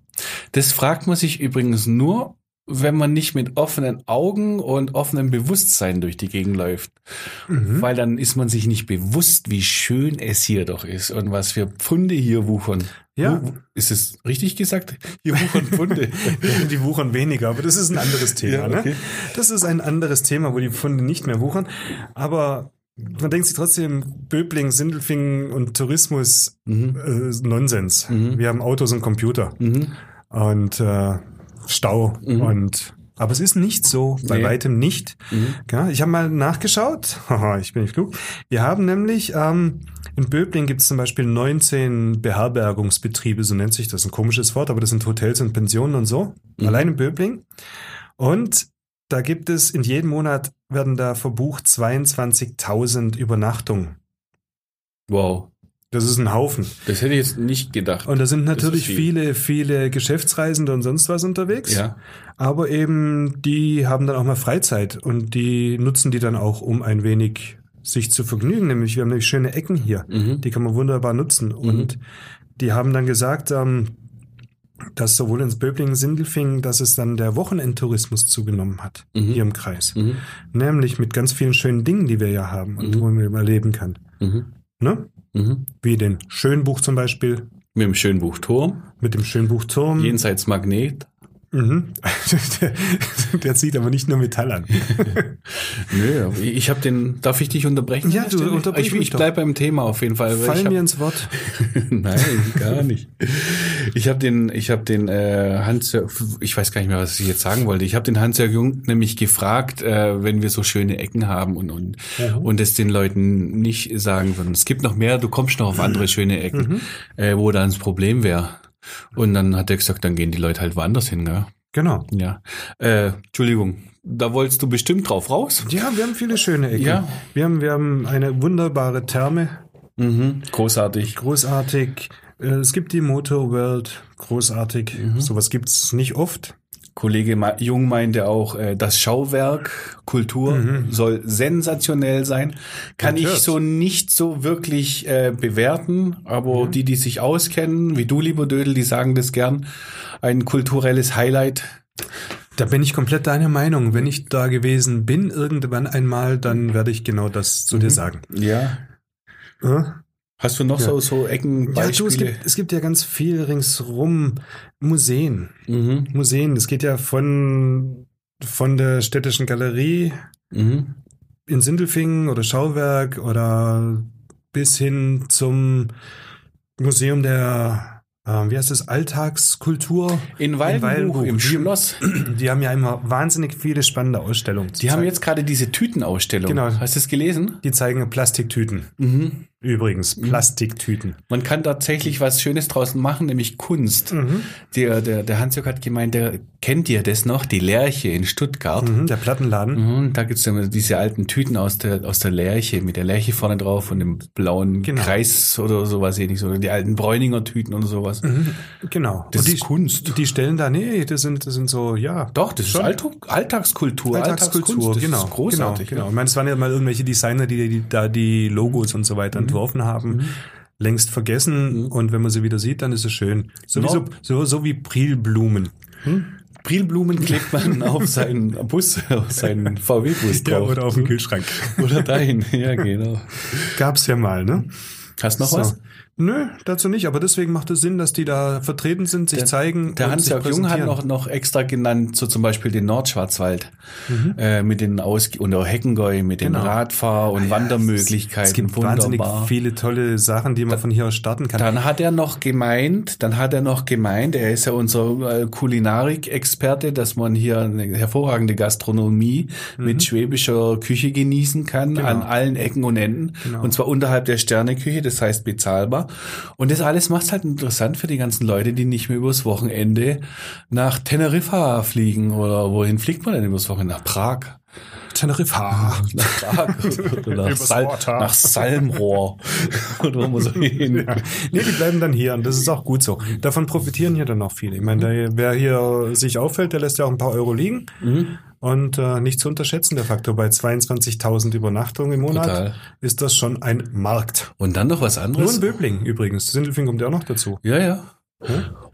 Speaker 2: Das fragt man sich übrigens nur, wenn man nicht mit offenen Augen und offenem Bewusstsein durch die Gegend läuft.
Speaker 3: Mhm.
Speaker 2: Weil dann ist man sich nicht bewusst, wie schön es hier doch ist und was für Pfunde hier wuchern.
Speaker 3: Ja,
Speaker 2: Wu- Ist es richtig gesagt? Hier wuchern
Speaker 3: (laughs)
Speaker 2: Pfunde.
Speaker 3: die wuchern weniger, aber das ist ein anderes Thema.
Speaker 2: Ja, okay.
Speaker 3: ne? Das ist ein anderes Thema, wo die Pfunde nicht mehr wuchern. Aber man denkt sich trotzdem, Böbling, Sindelfingen und Tourismus
Speaker 2: Mhm.
Speaker 3: äh, ist Nonsens.
Speaker 2: Mhm.
Speaker 3: Wir haben Autos und Computer
Speaker 2: Mhm.
Speaker 3: und äh, Stau
Speaker 2: Mhm.
Speaker 3: und aber es ist nicht so, bei
Speaker 2: Nee.
Speaker 3: weitem nicht.
Speaker 2: Mhm.
Speaker 3: Ja, ich habe mal nachgeschaut. Haha, ich bin nicht klug. Wir haben nämlich, ähm, in Böbling gibt es zum Beispiel 19 Beherbergungsbetriebe, so nennt sich das. Ein komisches Wort, aber das sind Hotels und Pensionen und so.
Speaker 2: Mhm.
Speaker 3: Allein in Böbling. Und da gibt es in jedem Monat werden da verbucht 22.000 Übernachtungen.
Speaker 2: Wow.
Speaker 3: Das ist ein Haufen.
Speaker 2: Das hätte ich jetzt nicht gedacht.
Speaker 3: Und da sind natürlich
Speaker 2: viel.
Speaker 3: viele, viele Geschäftsreisende und sonst was unterwegs.
Speaker 2: ja.
Speaker 3: Aber eben, die haben dann auch mal Freizeit und die nutzen die dann auch, um ein wenig sich zu vergnügen. Nämlich, wir haben nämlich schöne Ecken hier.
Speaker 2: Mhm.
Speaker 3: Die kann man wunderbar nutzen. Und die haben dann gesagt, ähm, dass sowohl ins Böblingen, Sindelfingen, dass es dann der Wochenendtourismus zugenommen hat,
Speaker 2: Mhm.
Speaker 3: hier im Kreis.
Speaker 2: Mhm.
Speaker 3: Nämlich mit ganz vielen schönen Dingen, die wir ja haben und
Speaker 2: Mhm.
Speaker 3: wo man erleben kann.
Speaker 2: Mhm.
Speaker 3: Ne?
Speaker 2: Mhm.
Speaker 3: Wie den Schönbuch zum Beispiel,
Speaker 2: Mit dem Schönbuchturm,
Speaker 3: mit dem Schönbuchturm.
Speaker 2: jenseits Magnet.
Speaker 3: Mhm. (laughs) Der, der zieht aber nicht nur Metall an.
Speaker 2: Nö, aber ich habe den. Darf ich dich unterbrechen?
Speaker 3: Ja, du unterbrich
Speaker 2: Ich,
Speaker 3: mich
Speaker 2: ich
Speaker 3: doch.
Speaker 2: bleib beim Thema auf jeden Fall. weil Also ich
Speaker 3: Fallen
Speaker 2: hab-
Speaker 3: mir ins Wort.
Speaker 2: (laughs) Nein, gar nicht. Ich habe den, ich habe den äh, Hans, ich weiß gar nicht mehr, was ich jetzt sagen wollte. Ich habe den Hans Jörg Jung nämlich gefragt, äh, wenn wir so schöne Ecken haben und und und es den Leuten nicht sagen würden. Es gibt noch mehr. Du kommst noch auf andere schöne Ecken, äh, wo da ein Problem wäre. Und dann hat er gesagt, dann gehen die Leute halt woanders hin, gell?
Speaker 3: Genau.
Speaker 2: Ja. Äh, Entschuldigung, da wolltest du bestimmt drauf raus.
Speaker 3: Ja, wir haben viele schöne Ecken.
Speaker 2: Ja.
Speaker 3: Wir, haben, wir haben eine wunderbare Therme,
Speaker 2: Mhm. Großartig.
Speaker 3: großartig. Äh, Es gibt die Motor World, großartig.
Speaker 2: Mhm.
Speaker 3: Sowas gibt es nicht oft.
Speaker 2: Kollege Ma- Jung meinte auch, äh, das Schauwerk Kultur
Speaker 3: Mhm.
Speaker 2: soll sensationell sein. Kann
Speaker 3: Man
Speaker 2: ich
Speaker 3: hört's.
Speaker 2: so nicht so wirklich äh, bewerten, aber
Speaker 3: Mhm.
Speaker 2: die, die sich auskennen, wie du, lieber Dödel, die sagen das gern. Ein kulturelles Highlight.
Speaker 3: Da bin ich komplett deiner Meinung. Wenn ich da gewesen bin, irgendwann einmal, dann werde ich genau das zu
Speaker 2: Mhm.
Speaker 3: dir sagen. Äh?
Speaker 2: Ja.
Speaker 3: Ja?
Speaker 2: Hast du noch
Speaker 3: Ja.
Speaker 2: so, so Ecken,
Speaker 3: Ja, du, es,
Speaker 2: Beispiele?
Speaker 3: gibt, es gibt ja ganz viel ringsrum Museen.
Speaker 2: mhm.
Speaker 3: Museen, das geht ja von, von der Städtischen Galerie
Speaker 2: Mhm.
Speaker 3: in Sindelfingen oder Schauwerk oder bis hin zum Museum der, ähm, wie heißt es, Alltagskultur.
Speaker 2: In Waldenbuch,
Speaker 3: Waldenbuch,
Speaker 2: im
Speaker 3: die-
Speaker 2: Schloss.
Speaker 3: Die haben ja immer wahnsinnig viele spannende Ausstellungen. zu
Speaker 2: Die haben
Speaker 3: zeigen.
Speaker 2: jetzt gerade diese Tütenausstellung.
Speaker 3: Genau.
Speaker 2: Hast du es gelesen?
Speaker 3: die zeigen Plastiktüten.
Speaker 2: Mhm.
Speaker 3: Übrigens, Plastiktüten.
Speaker 2: Man kann tatsächlich was Schönes draußen machen, nämlich Kunst.
Speaker 3: Mhm.
Speaker 2: Der, der, der Hans-Jörg hat gemeint, der kennt ihr das noch, die Lerche in Stuttgart.
Speaker 3: Mhm, der Plattenladen.
Speaker 2: Mhm, da gibt's immer diese alten Tüten aus der, aus der Lerche, mit der Lerche vorne drauf und dem blauen
Speaker 3: Genau.
Speaker 2: Kreis oder sowas ähnliches. Oder die alten Bräuninger Tüten und sowas.
Speaker 3: Mhm. Genau.
Speaker 2: Das
Speaker 3: Und die,
Speaker 2: ist Kunst.
Speaker 3: Die stellen da, nee, das sind, das sind so, ja.
Speaker 2: Doch, das
Speaker 3: Schon.
Speaker 2: ist Alltag, Alltagskultur,
Speaker 3: Alltagskultur,
Speaker 2: Alltagskunst, das
Speaker 3: genau.
Speaker 2: Ist großartig.
Speaker 3: Genau, genau. Ich meine, es waren ja mal irgendwelche Designer, die, die da die Logos und so weiter
Speaker 2: Mhm.
Speaker 3: entworfen haben. Längst vergessen und wenn man sie wieder sieht, dann ist es schön. So,
Speaker 2: No.
Speaker 3: wie, so, so, so wie Prilblumen.
Speaker 2: (laughs) Prilblumen klebt
Speaker 3: (laughs)
Speaker 2: man auf seinen Bus, auf seinen VW-Bus drauf.
Speaker 3: auf dem Kühlschrank.
Speaker 2: oder dahin. Ja, genau.
Speaker 3: (laughs) Gab's ja mal, ne?
Speaker 2: Hast noch
Speaker 3: So.
Speaker 2: was?
Speaker 3: Nö, dazu nicht, aber deswegen macht es Sinn, dass die da vertreten sind, sich
Speaker 2: Der-
Speaker 3: zeigen.
Speaker 2: Der
Speaker 3: und sich
Speaker 2: Hans-Jörg Ähm, Jung hat
Speaker 3: präsentieren.
Speaker 2: noch, noch extra genannt, so zum Beispiel den Nordschwarzwald äh, mit den Aus- und auch Heckengäu, mit den
Speaker 3: Mhm. Genau.
Speaker 2: Radfahr- und Wandermöglichkeiten.
Speaker 3: Es gibt wahnsinnig viele tolle Sachen, die man von hier aus starten kann.
Speaker 2: Dann hat er noch gemeint, dann hat er noch gemeint, er ist ja unser äh, Kulinarik-Experte, dass man hier eine hervorragende Gastronomie
Speaker 3: Mhm.
Speaker 2: mit schwäbischer Küche genießen kann,
Speaker 3: Genau.
Speaker 2: an allen Ecken und Enden. Und zwar unterhalb der Sterneküche, das heißt bezahlbar. Und das alles macht es halt interessant für die ganzen Leute, die nicht mehr übers Wochenende nach Teneriffa fliegen. Oder wohin fliegt man denn übers Wochenende? Nach Prag.
Speaker 3: Teneriffa.
Speaker 2: (laughs) Nach
Speaker 3: (laughs)
Speaker 2: Prag oder nach,
Speaker 3: Übers
Speaker 2: Sal
Speaker 3: Water.
Speaker 2: nach
Speaker 3: (laughs)
Speaker 2: Salmrohr. Oder wo man so hin.
Speaker 3: Nee, die bleiben dann hier und das ist auch gut so. Davon profitieren hier dann auch viele. Ich meine, der, wer hier sich auffällt, der lässt ja auch ein paar Euro liegen.
Speaker 2: Mhm,
Speaker 3: Und äh, nicht zu unterschätzen, der Faktor bei 22.000 Übernachtungen im Monat
Speaker 2: Total.
Speaker 3: ist das schon ein Markt.
Speaker 2: Und dann noch was
Speaker 3: Nur
Speaker 2: anderes.
Speaker 3: in Böbling übrigens. Sindelfing kommt ja auch noch dazu.
Speaker 2: Ja, ja.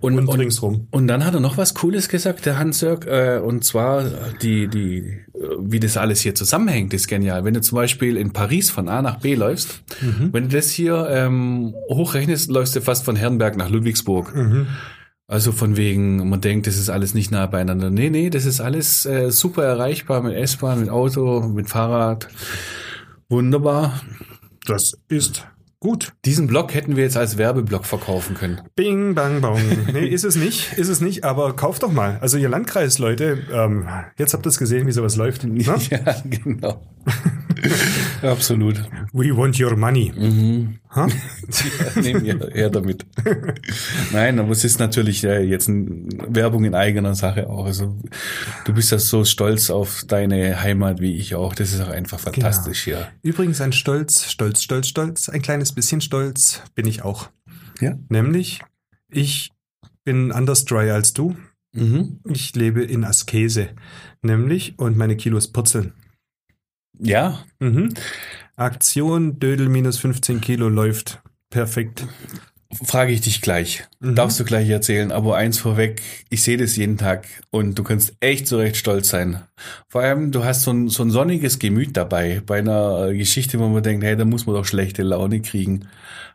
Speaker 2: Und,
Speaker 3: Und
Speaker 2: und,
Speaker 3: ringsrum.
Speaker 2: und dann hat er noch was Cooles gesagt, der Hans-Jörg, äh, und zwar die, die, äh, wie das alles hier zusammenhängt, ist genial. Wenn du zum Beispiel in Paris von A nach B läufst, wenn du das hier ähm, hochrechnest, läufst du fast von Herrenberg nach Ludwigsburg.
Speaker 3: Mhm.
Speaker 2: Also von wegen, man denkt, das ist alles nicht nah beieinander. Nee, nee, das ist alles äh, super erreichbar mit S-Bahn, mit Auto, mit Fahrrad. Wunderbar.
Speaker 3: Das ist gut.
Speaker 2: Diesen Blog hätten wir jetzt als Werbeblock verkaufen können.
Speaker 3: Bing, bang, bong. Nee, ist es nicht, ist es nicht, aber kauft doch mal. Also ihr Landkreis, Leute, ähm, jetzt habt ihr es gesehen, wie sowas läuft. Ne?
Speaker 2: (laughs) Ja, genau. (laughs) Absolut.
Speaker 3: We want your money.
Speaker 2: (laughs)
Speaker 3: Ha?
Speaker 2: Mhm. Nehmen wir her damit. Nein, aber es ist natürlich äh, jetzt ein Werbung in eigener Sache auch. Also, du bist ja so stolz auf deine Heimat wie ich auch. Das ist auch einfach fantastisch hier.
Speaker 3: Übrigens ein Stolz, Stolz, Stolz, Stolz, ein kleines bisschen Stolz bin ich auch.
Speaker 2: Ja.
Speaker 3: Nämlich, ich bin anders dry als du.
Speaker 2: Mhm.
Speaker 3: Ich lebe in Askese. Nämlich, und meine Kilos purzeln.
Speaker 2: Ja,
Speaker 3: Mhm. Aktion Dödel minus 15 Kilo läuft. Perfekt.
Speaker 2: frage ich dich gleich.
Speaker 3: Mhm.
Speaker 2: Darfst du gleich erzählen, aber eins vorweg, ich sehe das jeden Tag und du kannst echt zu Recht stolz sein. Vor allem, du hast so ein, so ein sonniges Gemüt dabei bei einer äh, Geschichte, wo man denkt, hey, da muss man doch schlechte Laune kriegen.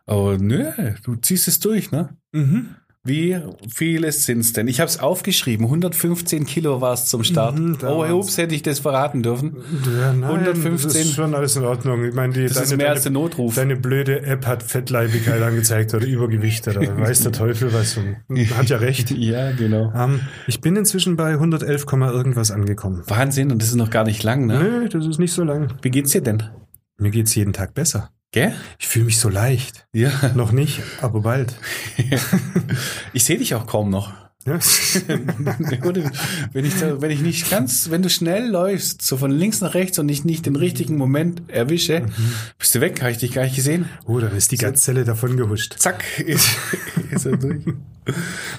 Speaker 2: Aber nö, du ziehst es durch, ne?
Speaker 3: Mhm.
Speaker 2: Wie viele sind's denn? Ich habe es aufgeschrieben, 115 Kilo war es zum Start.
Speaker 3: Mhm, da
Speaker 2: oh,
Speaker 3: waren's.
Speaker 2: ups, hätte ich das verraten dürfen.
Speaker 3: Ja, nein,
Speaker 2: 115.
Speaker 3: Das ist schon alles in Ordnung. Ich meine, die,
Speaker 2: Das ist mehr als der
Speaker 3: deine,
Speaker 2: Notruf.
Speaker 3: deine blöde App hat Fettleibigkeit (laughs) angezeigt oder Übergewicht oder weiß der Teufel was. Hat ja recht.
Speaker 2: ja, genau.
Speaker 3: Ähm, ich bin inzwischen bei 111, Komma irgendwas angekommen.
Speaker 2: Wahnsinn, und das ist noch gar nicht lang, ne?
Speaker 3: Nö, das ist nicht so lang.
Speaker 2: Wie geht's dir denn?
Speaker 3: Mir geht's jeden Tag besser.
Speaker 2: Gell?
Speaker 3: Ich fühle mich so leicht.
Speaker 2: Ja.
Speaker 3: Noch nicht, aber bald.
Speaker 2: (laughs) Ich sehe dich auch kaum noch. (laughs)
Speaker 3: Ja.
Speaker 2: Oder wenn, ich da, wenn ich nicht ganz, wenn du schnell läufst, so von links nach rechts und ich nicht den richtigen Moment erwische, bist du weg, habe ich dich gar nicht gesehen.
Speaker 3: Oh, dann ist die Gazelle davon gehuscht.
Speaker 2: Zack, (laughs) ist, ist er durch.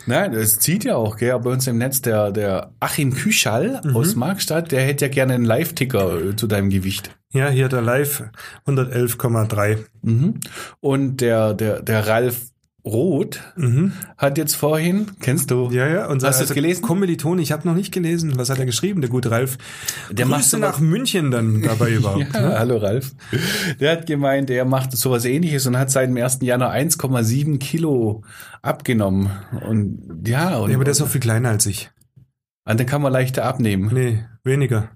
Speaker 2: Nein, es zieht ja auch, gell? Bei uns im Netz, der, der Achim Küschall aus Markstadt, der hätte ja gerne einen Live-Ticker äh, zu deinem Gewicht.
Speaker 3: Ja, hier der Live 111,3.
Speaker 2: Mhm. Und der, der, der Ralf Roth
Speaker 3: Mhm.
Speaker 2: hat jetzt vorhin, kennst du?
Speaker 3: Ja, ja. Und
Speaker 2: Hast du es
Speaker 3: also,
Speaker 2: gelesen?
Speaker 3: Kommiliton, ich habe noch nicht gelesen. Was hat er geschrieben, der gute Ralf?
Speaker 2: Der macht
Speaker 3: Grüße
Speaker 2: so-
Speaker 3: nach München
Speaker 2: (laughs)
Speaker 3: dann dabei (laughs) überhaupt.
Speaker 2: Ja, hallo Ralf. Der hat gemeint, er macht sowas ähnliches und hat seit dem 1. Januar 1,7 Kilo abgenommen. Und ja, und,
Speaker 3: Nee, aber der ist auch viel kleiner als ich.
Speaker 2: und dann kann man leichter abnehmen.
Speaker 3: Nee, weniger.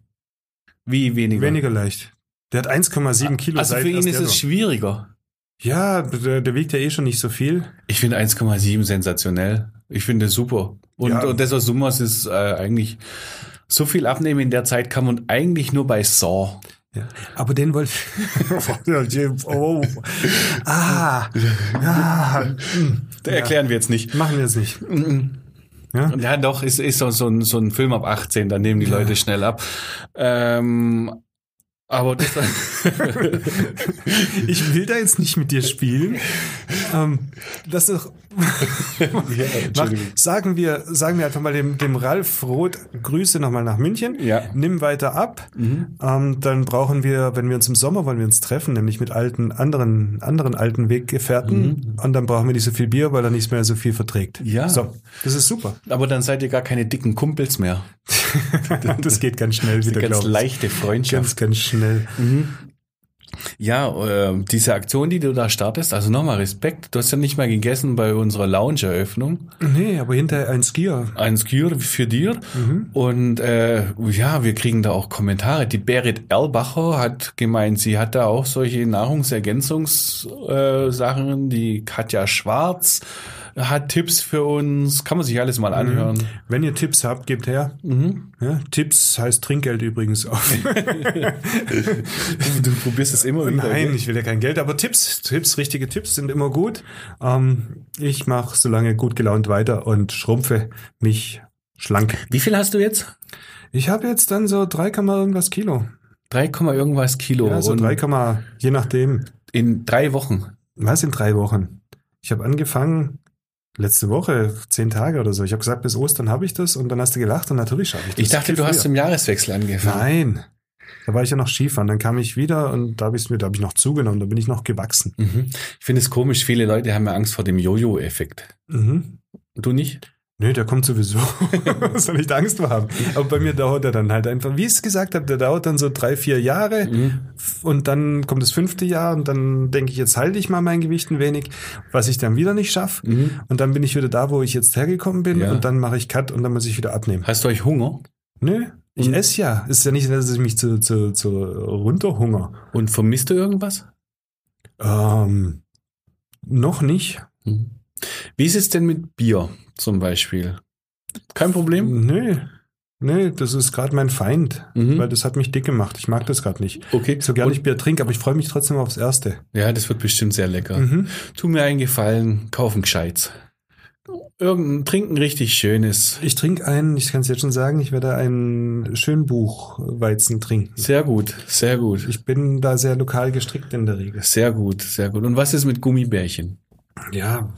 Speaker 2: Wie weniger?
Speaker 3: Weniger leicht. Der hat 1,7 Kilo
Speaker 2: also
Speaker 3: seit
Speaker 2: für ihn
Speaker 3: erst
Speaker 2: ist es
Speaker 3: Januar.
Speaker 2: schwieriger.
Speaker 3: Ja, der, der wiegt ja eh schon nicht so viel.
Speaker 2: Ich finde 1,7 sensationell. Ich finde es super. Und,
Speaker 3: Ja.
Speaker 2: und deshalb Summas ist äh, eigentlich so viel abnehmen in der Zeit kann man eigentlich nur bei Saw.
Speaker 3: Ja. Aber den wollte oh. (laughs) Ah. ah. Hm.
Speaker 2: Da erklären wir jetzt nicht.
Speaker 3: Machen wir es nicht.
Speaker 2: Ja, doch, ist, ist so, so, ein, so ein Film ab 18, da nehmen die Leute schnell ab. Ähm, aber das,
Speaker 3: Ich will da jetzt nicht mit dir spielen. ähm, lass doch. Mach, sagen, wir, sagen wir einfach mal dem, dem Ralf Roth Grüße nochmal nach München.
Speaker 2: Ja.
Speaker 3: Nimm weiter ab. Ähm, dann brauchen wir, wenn wir uns im Sommer wollen wir uns treffen, nämlich mit alten, anderen, anderen alten Weggefährten. Und dann brauchen wir nicht so viel Bier, weil er nicht mehr so viel verträgt.
Speaker 2: Ja.
Speaker 3: So, das ist super.
Speaker 2: aber dann seid ihr gar keine dicken Kumpels mehr.
Speaker 3: (laughs) das geht ganz schnell wieder,
Speaker 2: Ganz
Speaker 3: glaub ich.
Speaker 2: leichte Freundschaft.
Speaker 3: Ganz, ganz schnell.
Speaker 2: Ja, äh, diese Aktion, die du da startest, also nochmal Respekt. Du hast ja nicht mal gegessen bei unserer Lounge-Eröffnung.
Speaker 3: Nee, aber hinterher ein Skier.
Speaker 2: Ein Skier für dir.
Speaker 3: Mhm.
Speaker 2: Und äh, ja, wir kriegen da auch Kommentare. Die Berit Erlbacher hat gemeint, sie hat da auch solche Nahrungsergänzungssachen. Äh, Sachen. die Katja Schwarz hat Tipps für uns. Kann man sich alles
Speaker 3: Mhm.
Speaker 2: mal anhören.
Speaker 3: Wenn ihr Tipps habt, gebt her. Ja, Tipps heißt Trinkgeld (laughs) übrigens Oh auch.
Speaker 2: Du, du probierst es immer wieder.
Speaker 3: Nein, ich will ja kein Geld, aber Tipps, Tipps, richtige Tipps sind immer gut. Ähm, ich mache so lange gut gelaunt weiter und schrumpfe mich schlank.
Speaker 2: Wie viel hast du jetzt?
Speaker 3: Ich habe jetzt dann so 3, irgendwas Kilo.
Speaker 2: 3, irgendwas Kilo.
Speaker 3: Ja, so
Speaker 2: Und
Speaker 3: 3, je nachdem.
Speaker 2: in drei Wochen.
Speaker 3: Was in drei Wochen? Ich habe angefangen letzte Woche, zehn Tage oder so. Ich habe gesagt, bis Ostern habe ich das und dann hast du gelacht und natürlich schaffe ich das.
Speaker 2: Ich dachte,
Speaker 3: Viel
Speaker 2: du hast
Speaker 3: früher.
Speaker 2: zum Jahreswechsel angefangen.
Speaker 3: Nein. Da war ich ja noch Skifahren, dann kam ich wieder und da habe ich da hab ich noch zugenommen, da bin ich noch gewachsen.
Speaker 2: Mhm. Ich finde es komisch, viele Leute haben ja Angst vor dem Jojo-Effekt.
Speaker 3: Mhm.
Speaker 2: Du nicht?
Speaker 3: Nö, der kommt sowieso. (laughs) Was soll ich da Angst vor haben? Aber bei mir dauert er dann halt einfach, wie ich es gesagt habe, der dauert dann so drei, vier Jahre
Speaker 2: Mhm.
Speaker 3: und dann kommt das fünfte Jahr und dann denke ich, jetzt halte ich mal mein Gewicht ein wenig, was ich dann wieder nicht schaffe.
Speaker 2: Mhm.
Speaker 3: Und dann bin ich wieder da, wo ich jetzt hergekommen bin
Speaker 2: Ja.
Speaker 3: und dann mache ich Cut und dann muss ich wieder abnehmen.
Speaker 2: Hast du euch Hunger?
Speaker 3: Nö, ich
Speaker 2: Mhm.
Speaker 3: esse ja. Ist ja nicht, dass ich mich zu, zu, zu runterhunger.
Speaker 2: Und vermisst du irgendwas?
Speaker 3: Ähm, noch nicht.
Speaker 2: Mhm. Wie ist es denn mit Bier zum Beispiel? Kein Problem.
Speaker 3: Nö. Nö, das ist gerade mein Feind,
Speaker 2: Mhm.
Speaker 3: weil das hat mich dick gemacht. Ich mag das gerade nicht.
Speaker 2: Okay.
Speaker 3: So gerne
Speaker 2: Und-
Speaker 3: ich Bier trinke, aber ich freue mich trotzdem aufs Erste.
Speaker 2: Ja, das wird bestimmt sehr lecker.
Speaker 3: Mhm.
Speaker 2: Tu mir einen Gefallen, kaufen Gescheites. Irgendein Trinken richtig Schönes.
Speaker 3: Ich trinke einen, ich kann es jetzt schon sagen, ich werde einen Schönbuchweizen trinken.
Speaker 2: Sehr gut, sehr gut.
Speaker 3: Ich bin da sehr lokal gestrickt in der Regel.
Speaker 2: Sehr gut, sehr gut. Und was ist mit Gummibärchen?
Speaker 3: Ja.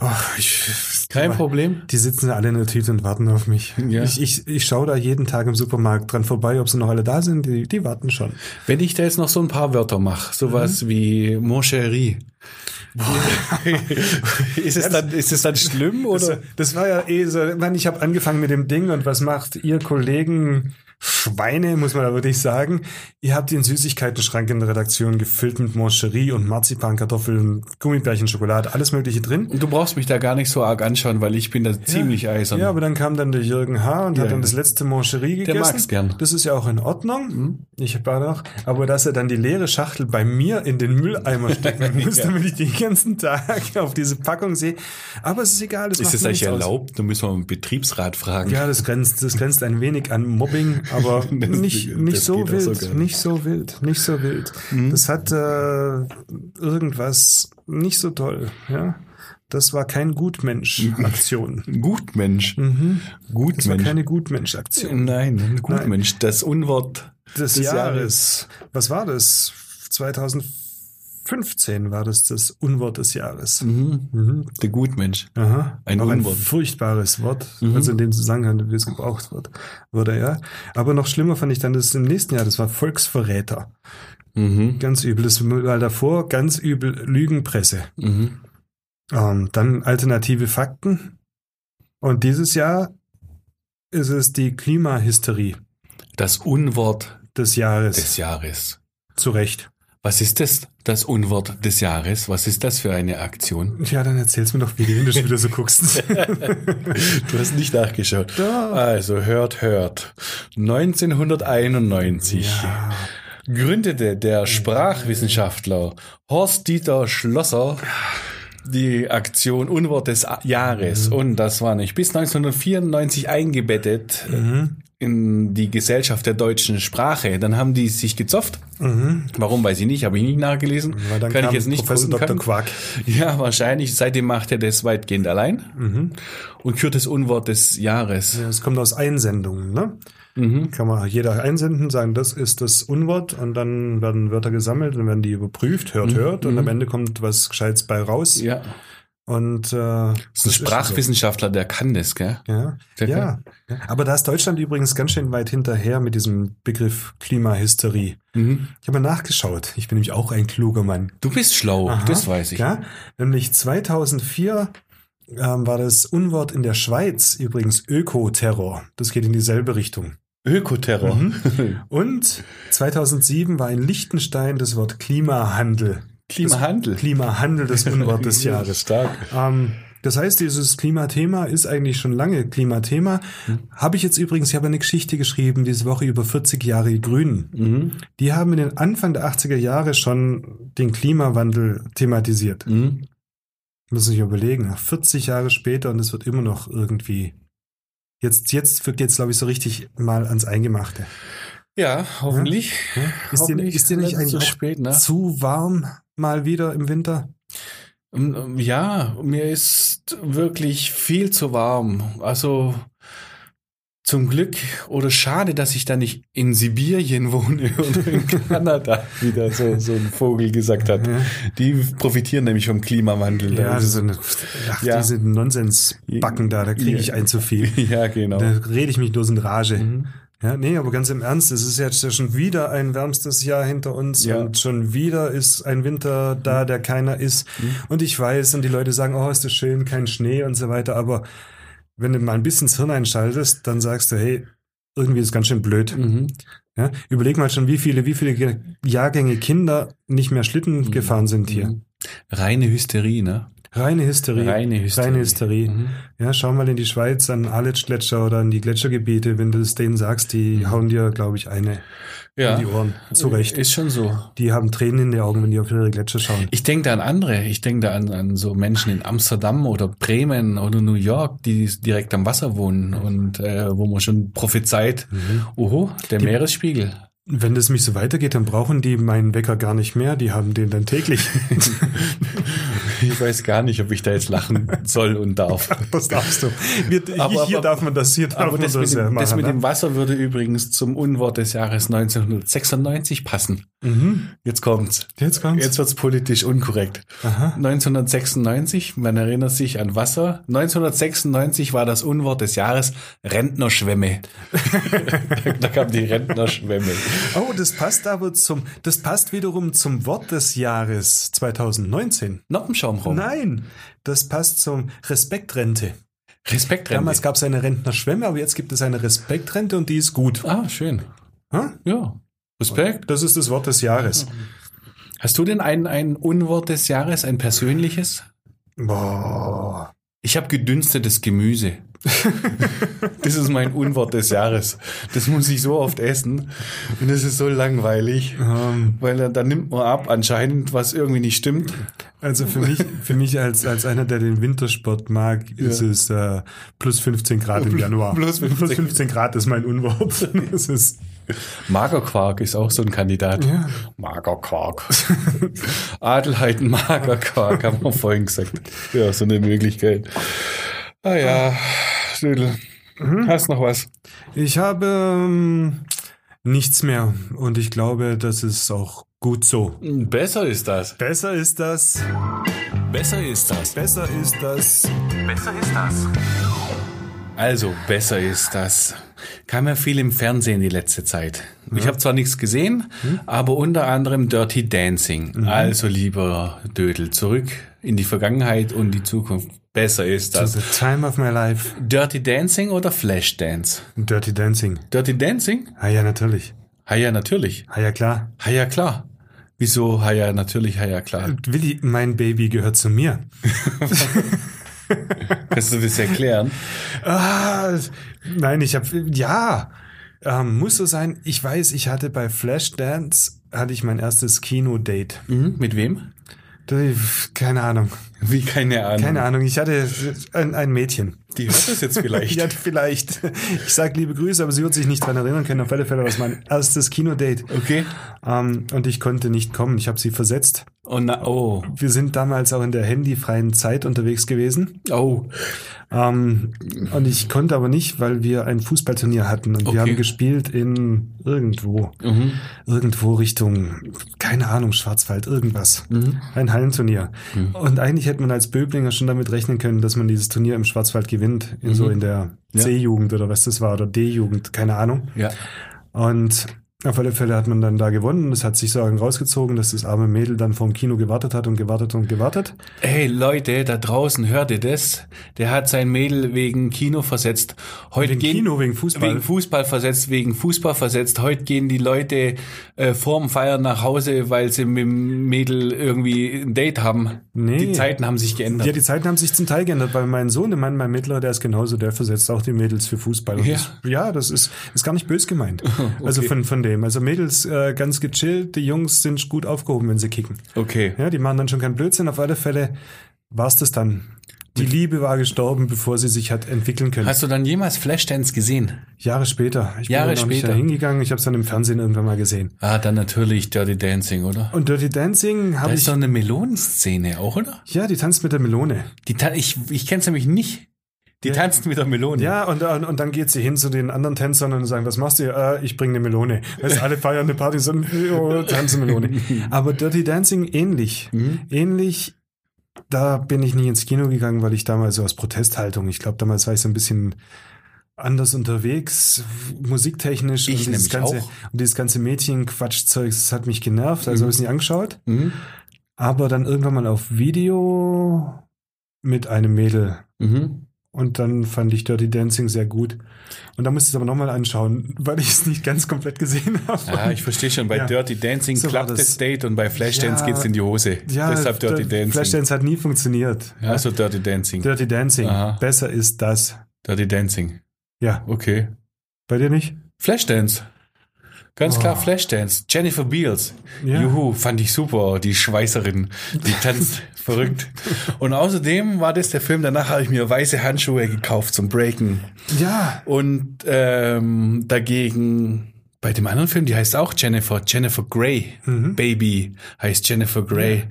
Speaker 3: Oh, ich,
Speaker 2: Kein
Speaker 3: Problem.
Speaker 2: Problem.
Speaker 3: Die sitzen alle in der Tüte und warten auf mich.
Speaker 2: Ja.
Speaker 3: Ich, ich, ich schaue da jeden Tag im Supermarkt dran vorbei, ob sie noch alle da sind. Die, die warten schon.
Speaker 2: Wenn ich da jetzt noch so ein paar Wörter mache, sowas wie Mon chéri. ist, es dann, ist es dann
Speaker 3: (laughs)
Speaker 2: schlimm
Speaker 3: Das, Also,
Speaker 2: oder?
Speaker 3: das war ja eh so. Ich, meine, ich habe angefangen mit dem Ding und was macht ihr Kollegen? Schweine, muss man da wirklich sagen. Ihr habt den Süßigkeitenschrank in der Redaktion gefüllt mit Moncherie und Marzipan, Kartoffeln, Gummibärchen, Schokolade, alles Mögliche drin.
Speaker 2: Und du brauchst mich da gar nicht so arg anschauen, weil ich bin da ziemlich eisern.
Speaker 3: Ja, aber dann kam dann der Jürgen H. und
Speaker 2: Ja,
Speaker 3: hat dann
Speaker 2: ja.
Speaker 3: das letzte Moncherie gegessen.
Speaker 2: mag's gern. Mhm.
Speaker 3: Das ist ja auch in Ordnung. Ich war noch. Aber dass er dann die leere Schachtel bei mir in den Mülleimer
Speaker 2: (laughs)
Speaker 3: stecken muss, damit ich den ganzen Tag (laughs) auf diese Packung sehe. Aber es ist egal. Das
Speaker 2: ist
Speaker 3: macht
Speaker 2: es
Speaker 3: mir
Speaker 2: eigentlich
Speaker 3: nichts aus.
Speaker 2: erlaubt? Da müssen wir einen Betriebsrat fragen.
Speaker 3: Ja, das grenzt, das grenzt ein wenig an
Speaker 2: (laughs)
Speaker 3: Mobbing, aber nicht, nicht,
Speaker 2: das
Speaker 3: so
Speaker 2: geht auch so
Speaker 3: wild,
Speaker 2: gar nicht. Mhm.
Speaker 3: nicht so wild, nicht so wild. Das hat äh, irgendwas nicht so toll. Ja? Das war kein Gutmensch-Aktion.
Speaker 2: Gutmensch.
Speaker 3: Mhm. Das war
Speaker 2: Gutmensch.
Speaker 3: keine Gutmensch-Aktion
Speaker 2: Also Nein, Gutmensch. Das Unwort
Speaker 3: des, Jahres. Was war das? 2015 war das das Unwort des Jahres.
Speaker 2: Mhm.
Speaker 3: Mhm.
Speaker 2: Der Gutmensch.
Speaker 3: Aha.
Speaker 2: Ein
Speaker 3: Auch
Speaker 2: Unwort. Mhm.
Speaker 3: ein furchtbares Wort, also in dem Zusammenhang, wie es gebraucht wird, wurde, ja. Aber noch schlimmer fand ich dann das im nächsten Jahr, das war Volksverräter.
Speaker 2: Mhm.
Speaker 3: Ganz übel, das war davor, ganz übel Lügenpresse.
Speaker 2: Mhm.
Speaker 3: Ähm, dann alternative Fakten. Und dieses Jahr ist es die Klimahysterie
Speaker 2: Das Unwort
Speaker 3: des Jahres.
Speaker 2: des Jahres.
Speaker 3: Zu Recht.
Speaker 2: Was ist das? Das Unwort des Jahres. Was ist das für eine Aktion?
Speaker 3: Ja, dann erzähl's mir doch, wie du das wieder so guckst.
Speaker 2: (laughs)
Speaker 3: (laughs)
Speaker 2: Du hast nicht nachgeschaut. Also hört, hört. 1991 gründete
Speaker 3: Mhm.
Speaker 2: der Sprachwissenschaftler Horst Dieter Schlosser die Aktion Unwort des A- Jahres.
Speaker 3: Mhm.
Speaker 2: Und das war nicht bis 1994 eingebettet äh,
Speaker 3: Mhm.
Speaker 2: in die Gesellschaft der deutschen Sprache. Dann haben die sich gezofft. Warum weiß ich nicht, habe ich nicht nachgelesen.
Speaker 3: Weil dann
Speaker 2: Mhm. Kann ich
Speaker 3: kam
Speaker 2: jetzt nicht
Speaker 3: Professor
Speaker 2: prüfen.
Speaker 3: Dr. Quack.
Speaker 2: Ja, wahrscheinlich. Seitdem macht er das weitgehend allein und kürt das Unwort des Jahres. Mhm.
Speaker 3: Das kommt aus Einsendungen, ne? Kann man jeder einsenden, sagen, das ist das Unwort und dann werden Wörter gesammelt und werden die überprüft, hört, hört und am Ende kommt was Gescheites bei raus.
Speaker 2: Mhm. Ja.
Speaker 3: Und äh, das
Speaker 2: Das ist ein Sprachwissenschaftler, der kann das, gell?
Speaker 3: so. Ja.
Speaker 2: Der
Speaker 3: ja. Ja. Aber da ist Deutschland übrigens ganz schön weit hinterher mit diesem Begriff Klimahysterie.
Speaker 2: Mhm.
Speaker 3: Ich habe mal nachgeschaut. Ich bin nämlich auch ein kluger Mann.
Speaker 2: Du bist schlau,
Speaker 3: Aha,
Speaker 2: das weiß ich.
Speaker 3: Ja, nämlich 2004 ähm, war das Unwort in der Schweiz übrigens Ökoterror. Das geht in dieselbe Richtung. Mhm.
Speaker 2: Ökoterror.
Speaker 3: Und 2007 war in Liechtenstein das Wort Klimahandel.
Speaker 2: Klimahandel.
Speaker 3: Das Klimahandel, das
Speaker 2: (laughs)
Speaker 3: Unwort des Jahres.
Speaker 2: Stark.
Speaker 3: Ähm, das heißt, dieses Klimathema ist eigentlich schon lange Klimathema. Habe ich jetzt übrigens, ich habe eine Geschichte geschrieben diese Woche über 40 Jahre die Grünen.
Speaker 2: Mhm.
Speaker 3: Die haben in den Anfang der 80er Jahre schon den Klimawandel thematisiert.
Speaker 2: Mhm.
Speaker 3: Müssen sich überlegen, nach 40 Jahre später und es wird immer noch irgendwie. Jetzt, jetzt wirkt jetzt, glaube ich, so richtig mal ans Eingemachte.
Speaker 2: Ja, hoffentlich.
Speaker 3: Ist dir,
Speaker 2: Hoffentlich
Speaker 3: ist dir nicht
Speaker 2: wird's
Speaker 3: eigentlich
Speaker 2: so
Speaker 3: auch
Speaker 2: spät, ne?
Speaker 3: zu warm mal wieder im Winter?
Speaker 2: Ähm, ähm, Ja, mir ist wirklich viel zu warm. Also zum Glück oder schade, dass ich da nicht in Sibirien (laughs) wohne und in Kanada, wie da so, so ein Vogel gesagt hat. Die profitieren nämlich vom Klimawandel. Da
Speaker 3: Ja,
Speaker 2: ist es- (laughs)
Speaker 3: das ist eine, ach,
Speaker 2: Ja.
Speaker 3: diese Nonsensbacken da, da kriege ich
Speaker 2: Ja.
Speaker 3: ein zu (laughs) viel.
Speaker 2: ja genau.
Speaker 3: Da rede ich mich bloß in Rage.
Speaker 2: Mhm.
Speaker 3: Ja, nee, aber ganz im Ernst, es ist jetzt ja schon wieder ein wärmstes Jahr hinter uns
Speaker 2: Ja. Mhm.
Speaker 3: und schon wieder ist ein Winter da, der keiner ist. Und ich weiß, und die Leute sagen, oh, ist das schön, kein Schnee und so weiter, aber wenn du mal ein bisschen ins Hirn einschaltest, dann sagst du, hey, irgendwie ist ganz schön blöd.
Speaker 2: Mhm.
Speaker 3: Ja, überleg mal schon, wie viele, wie viele Ge- Jahrgänge Kinder nicht mehr Schlitten
Speaker 2: Mhm.
Speaker 3: gefahren sind hier.
Speaker 2: Mhm. Reine Hysterie, ne?
Speaker 3: Reine Hysterie.
Speaker 2: Reine Hysterie.
Speaker 3: Reine Hysterie.
Speaker 2: Mhm.
Speaker 3: Ja, schau mal in die Schweiz an Aletschgletscher oder an die Gletschergebiete. Wenn du es denen sagst, die
Speaker 2: Mhm.
Speaker 3: hauen dir, glaube ich, eine
Speaker 2: Ja,
Speaker 3: in die Ohren. Zu Recht.
Speaker 2: ist schon so.
Speaker 3: Die haben Tränen in den Augen, wenn die auf ihre Gletscher schauen.
Speaker 2: Ich denke da an andere. Ich denke da an, an so Menschen in Amsterdam oder Bremen oder New York, die direkt am Wasser wohnen und äh, wo man schon prophezeit, oho, der
Speaker 3: Die-
Speaker 2: Meeresspiegel.
Speaker 3: Wenn das mich so weitergeht, dann brauchen die meinen Wecker gar nicht mehr. Die haben den dann
Speaker 2: (laughs)
Speaker 3: täglich.
Speaker 2: (laughs) Ich weiß gar nicht, ob ich da jetzt lachen soll und (laughs) darf.
Speaker 3: das darfst du. Wir,
Speaker 2: Aber-
Speaker 3: hier
Speaker 2: aber-
Speaker 3: darf man das, hier darf
Speaker 2: Aber
Speaker 3: man das,
Speaker 2: das mit,
Speaker 3: ja
Speaker 2: dem,
Speaker 3: machen.
Speaker 2: das mit
Speaker 3: ne?
Speaker 2: dem Wasser würde übrigens zum Unwort des Jahres 1996 passen.
Speaker 3: mhm.
Speaker 2: Jetzt kommt's.
Speaker 3: Jetzt kommt's.
Speaker 2: Jetzt wird's politisch unkorrekt.
Speaker 3: Aha.
Speaker 2: 1996, man erinnert sich an Wasser. 1996 war das Unwort des Jahres Rentnerschwemme. (laughs) da kam die Rentnerschwemme.
Speaker 3: Oh, das passt aber zum, das passt wiederum zum Wort des Jahres 2019.
Speaker 2: Noppenschaumraum.
Speaker 3: Nein, das passt zum Respektrente.
Speaker 2: Respektrente.
Speaker 3: Damals gab es eine Rentnerschwemme, aber jetzt gibt es eine Respektrente und die ist gut.
Speaker 2: ah, schön.
Speaker 3: Hm?
Speaker 2: Ja. Respekt.
Speaker 3: Das ist das Wort des Jahres.
Speaker 2: Hast du denn ein, ein Unwort des Jahres, ein persönliches? Mhm.
Speaker 3: Boah.
Speaker 2: Ich habe gedünstetes (laughs) Gemüse. das ist mein Unwort des Jahres. Das muss ich so oft essen und das ist so langweilig,
Speaker 3: Ähm,
Speaker 2: weil da, da nimmt man ab anscheinend, was irgendwie nicht stimmt.
Speaker 3: also für mich, für mich als, als einer, der den Wintersport mag, ist es äh, plus 15 Grad im Januar.
Speaker 2: plus 15.
Speaker 3: plus 15 Grad ist
Speaker 2: (laughs)
Speaker 3: mein Unwort. Das ist,
Speaker 2: Magerquark ist auch so ein Kandidat.
Speaker 3: Ja.
Speaker 2: Magerquark. (laughs) Adelheiten Magerquark, haben wir vorhin gesagt. Ja, so eine Möglichkeit. Ah ja, Schnödel, hast noch was?
Speaker 3: ich habe ähm, nichts mehr und ich glaube, das ist auch gut so.
Speaker 2: Besser ist das.
Speaker 3: Besser ist das.
Speaker 1: Besser ist das.
Speaker 3: Besser ist das.
Speaker 2: Also, besser ist das. Kam ja viel im Fernsehen die letzte Zeit. Ich habe zwar nichts gesehen, aber unter anderem Dirty Dancing. Also, lieber Dödel, zurück in die Vergangenheit und die Zukunft. Besser ist
Speaker 3: To
Speaker 2: das.
Speaker 3: the time of my life.
Speaker 2: Dirty Dancing oder Flashdance?
Speaker 3: Dirty Dancing.
Speaker 2: Dirty Dancing?
Speaker 3: Ah ja, natürlich.
Speaker 2: Ha ja, natürlich.
Speaker 3: Ah ja, klar.
Speaker 2: Ha ja, klar. Wieso? Ha ja, natürlich, ha ja, klar.
Speaker 3: Willi, mein Baby gehört zu mir.
Speaker 2: Kannst du das erklären?
Speaker 3: Ah, nein, ich habe ja, ähm, muss so sein. Ich weiß, ich hatte bei Flashdance hatte ich mein erstes Kino-Date.
Speaker 2: Mhm, mit wem?
Speaker 3: Das- Keine Ahnung,
Speaker 2: Wie, keine Ahnung.
Speaker 3: keine Ahnung. Ich hatte äh, ein, ein Mädchen.
Speaker 2: Die hört das jetzt vielleicht.
Speaker 3: Ja, vielleicht. (laughs) Ich sag liebe Grüße, aber sie wird sich nicht dran erinnern können. Auf alle Fälle war es mein erstes Kino-Date.
Speaker 2: Okay.
Speaker 3: Ähm, und ich konnte nicht kommen. Ich habe sie versetzt.
Speaker 2: Oh, na, oh.
Speaker 3: Wir sind damals auch in der handyfreien Zeit unterwegs gewesen.
Speaker 2: Oh.
Speaker 3: Ähm, und ich konnte aber nicht, weil wir ein Fußballturnier hatten und
Speaker 2: Okay.
Speaker 3: wir haben gespielt in irgendwo,
Speaker 2: Mhm.
Speaker 3: irgendwo Richtung, keine Ahnung, Schwarzwald, irgendwas. Ein Hallenturnier.
Speaker 2: Hm.
Speaker 3: Und eigentlich hätte man als Böblinger schon damit rechnen können, dass man dieses Turnier im Schwarzwald gewinnt, in so in der
Speaker 2: Mhm. Ja.
Speaker 3: C-Jugend oder was das war oder D-Jugend, keine Ahnung.
Speaker 2: Ja.
Speaker 3: Und Auf alle Fälle hat man dann da gewonnen. Es hat sich Sorgen rausgezogen, dass das arme Mädel dann vorm Kino gewartet hat und gewartet und gewartet.
Speaker 2: Hey Leute, da draußen, hört ihr das? Der hat sein Mädel wegen Kino versetzt. Heute
Speaker 3: Wegen
Speaker 2: gehen,
Speaker 3: Kino, wegen Fußball.
Speaker 2: Wegen Fußball versetzt, wegen Fußball versetzt. Heute gehen die Leute äh, vorm Feiern nach Hause, weil sie mit dem Mädel irgendwie ein Date haben.
Speaker 3: Nee.
Speaker 2: Die Zeiten haben sich geändert.
Speaker 3: Ja, die Zeiten haben sich zum Teil geändert, weil mein Sohn, der Mann, mein Mittler, der ist genauso, der versetzt auch die Mädels für Fußball. Und
Speaker 2: Ja.
Speaker 3: Das, ja, das ist, ist gar nicht
Speaker 2: (laughs)
Speaker 3: bös gemeint. Also von, von dem. Also Mädels äh, ganz gechillt, die Jungs sind gut aufgehoben, wenn sie kicken.
Speaker 2: okay.
Speaker 3: Ja, die machen dann schon keinen Blödsinn. Auf alle Fälle war es das dann. Die Liebe war gestorben, bevor sie sich hat entwickeln können.
Speaker 2: Hast du dann jemals Flashdance gesehen?
Speaker 3: Jahre später. Ich bin
Speaker 2: Jahre
Speaker 3: dann auch nicht
Speaker 2: später.
Speaker 3: da hingegangen. Ich habe es dann im Fernsehen irgendwann mal gesehen.
Speaker 2: Ah, dann natürlich Dirty Dancing, oder?
Speaker 3: Und Dirty Dancing
Speaker 2: Da
Speaker 3: habe
Speaker 2: ist
Speaker 3: ich.
Speaker 2: doch eine Melonenszene auch, oder?
Speaker 3: Ja, die tanzt mit der Melone.
Speaker 2: Die ta ich ich kenne es nämlich nicht. Die tanzen mit der Melone.
Speaker 3: Ja, und, und, und dann geht sie hin zu den anderen Tänzern und sagen, was machst du? hier? Äh, ich bringe eine Melone. Weißt, du, alle feiern eine Party, so oh,
Speaker 2: (laughs)
Speaker 3: tanzen Melone. Aber Dirty Dancing ähnlich.
Speaker 2: Mhm.
Speaker 3: Ähnlich, da bin ich nie ins Kino gegangen, weil ich damals so aus Protesthaltung, ich glaube, damals war ich so ein bisschen anders unterwegs, musiktechnisch.
Speaker 2: Ich nämlich
Speaker 3: ganze,
Speaker 2: auch.
Speaker 3: Und dieses ganze Mädchen-Quatschzeug, das hat mich genervt, also habe ich es nicht angeschaut.
Speaker 2: Mhm.
Speaker 3: Aber dann irgendwann mal auf Video mit einem Mädel
Speaker 2: Mhm.
Speaker 3: und dann fand ich Dirty Dancing sehr gut. Und da musste ich es aber nochmal anschauen, weil ich es nicht ganz komplett gesehen (laughs) habe.
Speaker 2: Ah, ich verstehe schon. Bei
Speaker 3: Ja.
Speaker 2: Dirty Dancing
Speaker 3: So war
Speaker 2: klappt
Speaker 3: das.
Speaker 2: das. Date und bei Flashdance
Speaker 3: Ja.
Speaker 2: geht's in die Hose.
Speaker 3: ja,
Speaker 2: Deshalb Dirty
Speaker 3: der-
Speaker 2: Dancing.
Speaker 3: Flashdance hat nie funktioniert.
Speaker 2: Ja, also Dirty Dancing.
Speaker 3: Dirty Dancing.
Speaker 2: Aha.
Speaker 3: Besser ist das.
Speaker 2: Dirty Dancing.
Speaker 3: Ja,
Speaker 2: Okay.
Speaker 3: bei dir nicht?
Speaker 2: Flashdance. Ganz
Speaker 3: Oh.
Speaker 2: klar Flashdance. Jennifer Beals.
Speaker 3: Ja.
Speaker 2: Juhu, fand ich super, die Schweißerin. Die
Speaker 3: (laughs)
Speaker 2: tanzt verrückt. Und außerdem war das der Film, danach habe ich mir weiße Handschuhe gekauft zum Breaken.
Speaker 3: Ja.
Speaker 2: Und ähm, dagegen bei dem anderen Film, die heißt auch Jennifer, Jennifer Grey.
Speaker 3: Mhm.
Speaker 2: Baby heißt Jennifer Grey.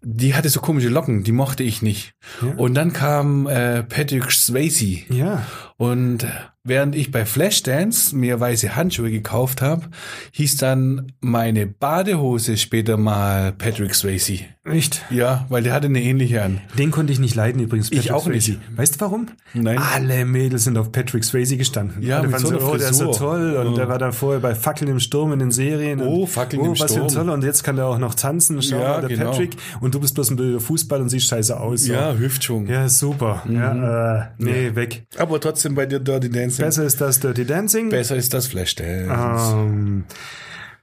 Speaker 2: Die hatte so komische Locken, die mochte ich nicht. Und dann kam äh, Patrick Swayze.
Speaker 3: Ja.
Speaker 2: Und äh, während ich bei Flashdance mir weiße Handschuhe gekauft habe, hieß dann meine Badehose später mal Patrick Swayze.
Speaker 3: Echt.
Speaker 2: Ja, weil der hatte eine ähnliche an.
Speaker 3: Den konnte ich nicht leiden übrigens.
Speaker 2: Ich auch nicht.
Speaker 3: Swayze. Weißt du warum?
Speaker 2: Nein.
Speaker 3: Alle Mädels sind auf Patrick Swayze gestanden.
Speaker 2: Ja,
Speaker 3: Alle
Speaker 2: mit so
Speaker 3: fanden
Speaker 2: einer
Speaker 3: oh, der ist so
Speaker 2: Frisur.
Speaker 3: toll. Und der war da vorher bei Fackeln im Sturm in den Serien.
Speaker 2: Oh,
Speaker 3: und,
Speaker 2: Fackeln im
Speaker 3: was für
Speaker 2: Sturm.
Speaker 3: ein toller. Und jetzt kann der auch noch tanzen. Schau
Speaker 2: Ja,
Speaker 3: mal, der
Speaker 2: genau.
Speaker 3: Patrick. Und du bist bloß ein blöder Fußball und siehst scheiße aus. So.
Speaker 2: Hüftschwung.
Speaker 3: Ja, super.
Speaker 2: Mhm.
Speaker 3: Ja, äh, nee, weg.
Speaker 2: Aber trotzdem bei dir Dirty Dancing.
Speaker 3: Besser ist das Dirty Dancing.
Speaker 2: Besser ist das Flashdance.
Speaker 3: Ähm,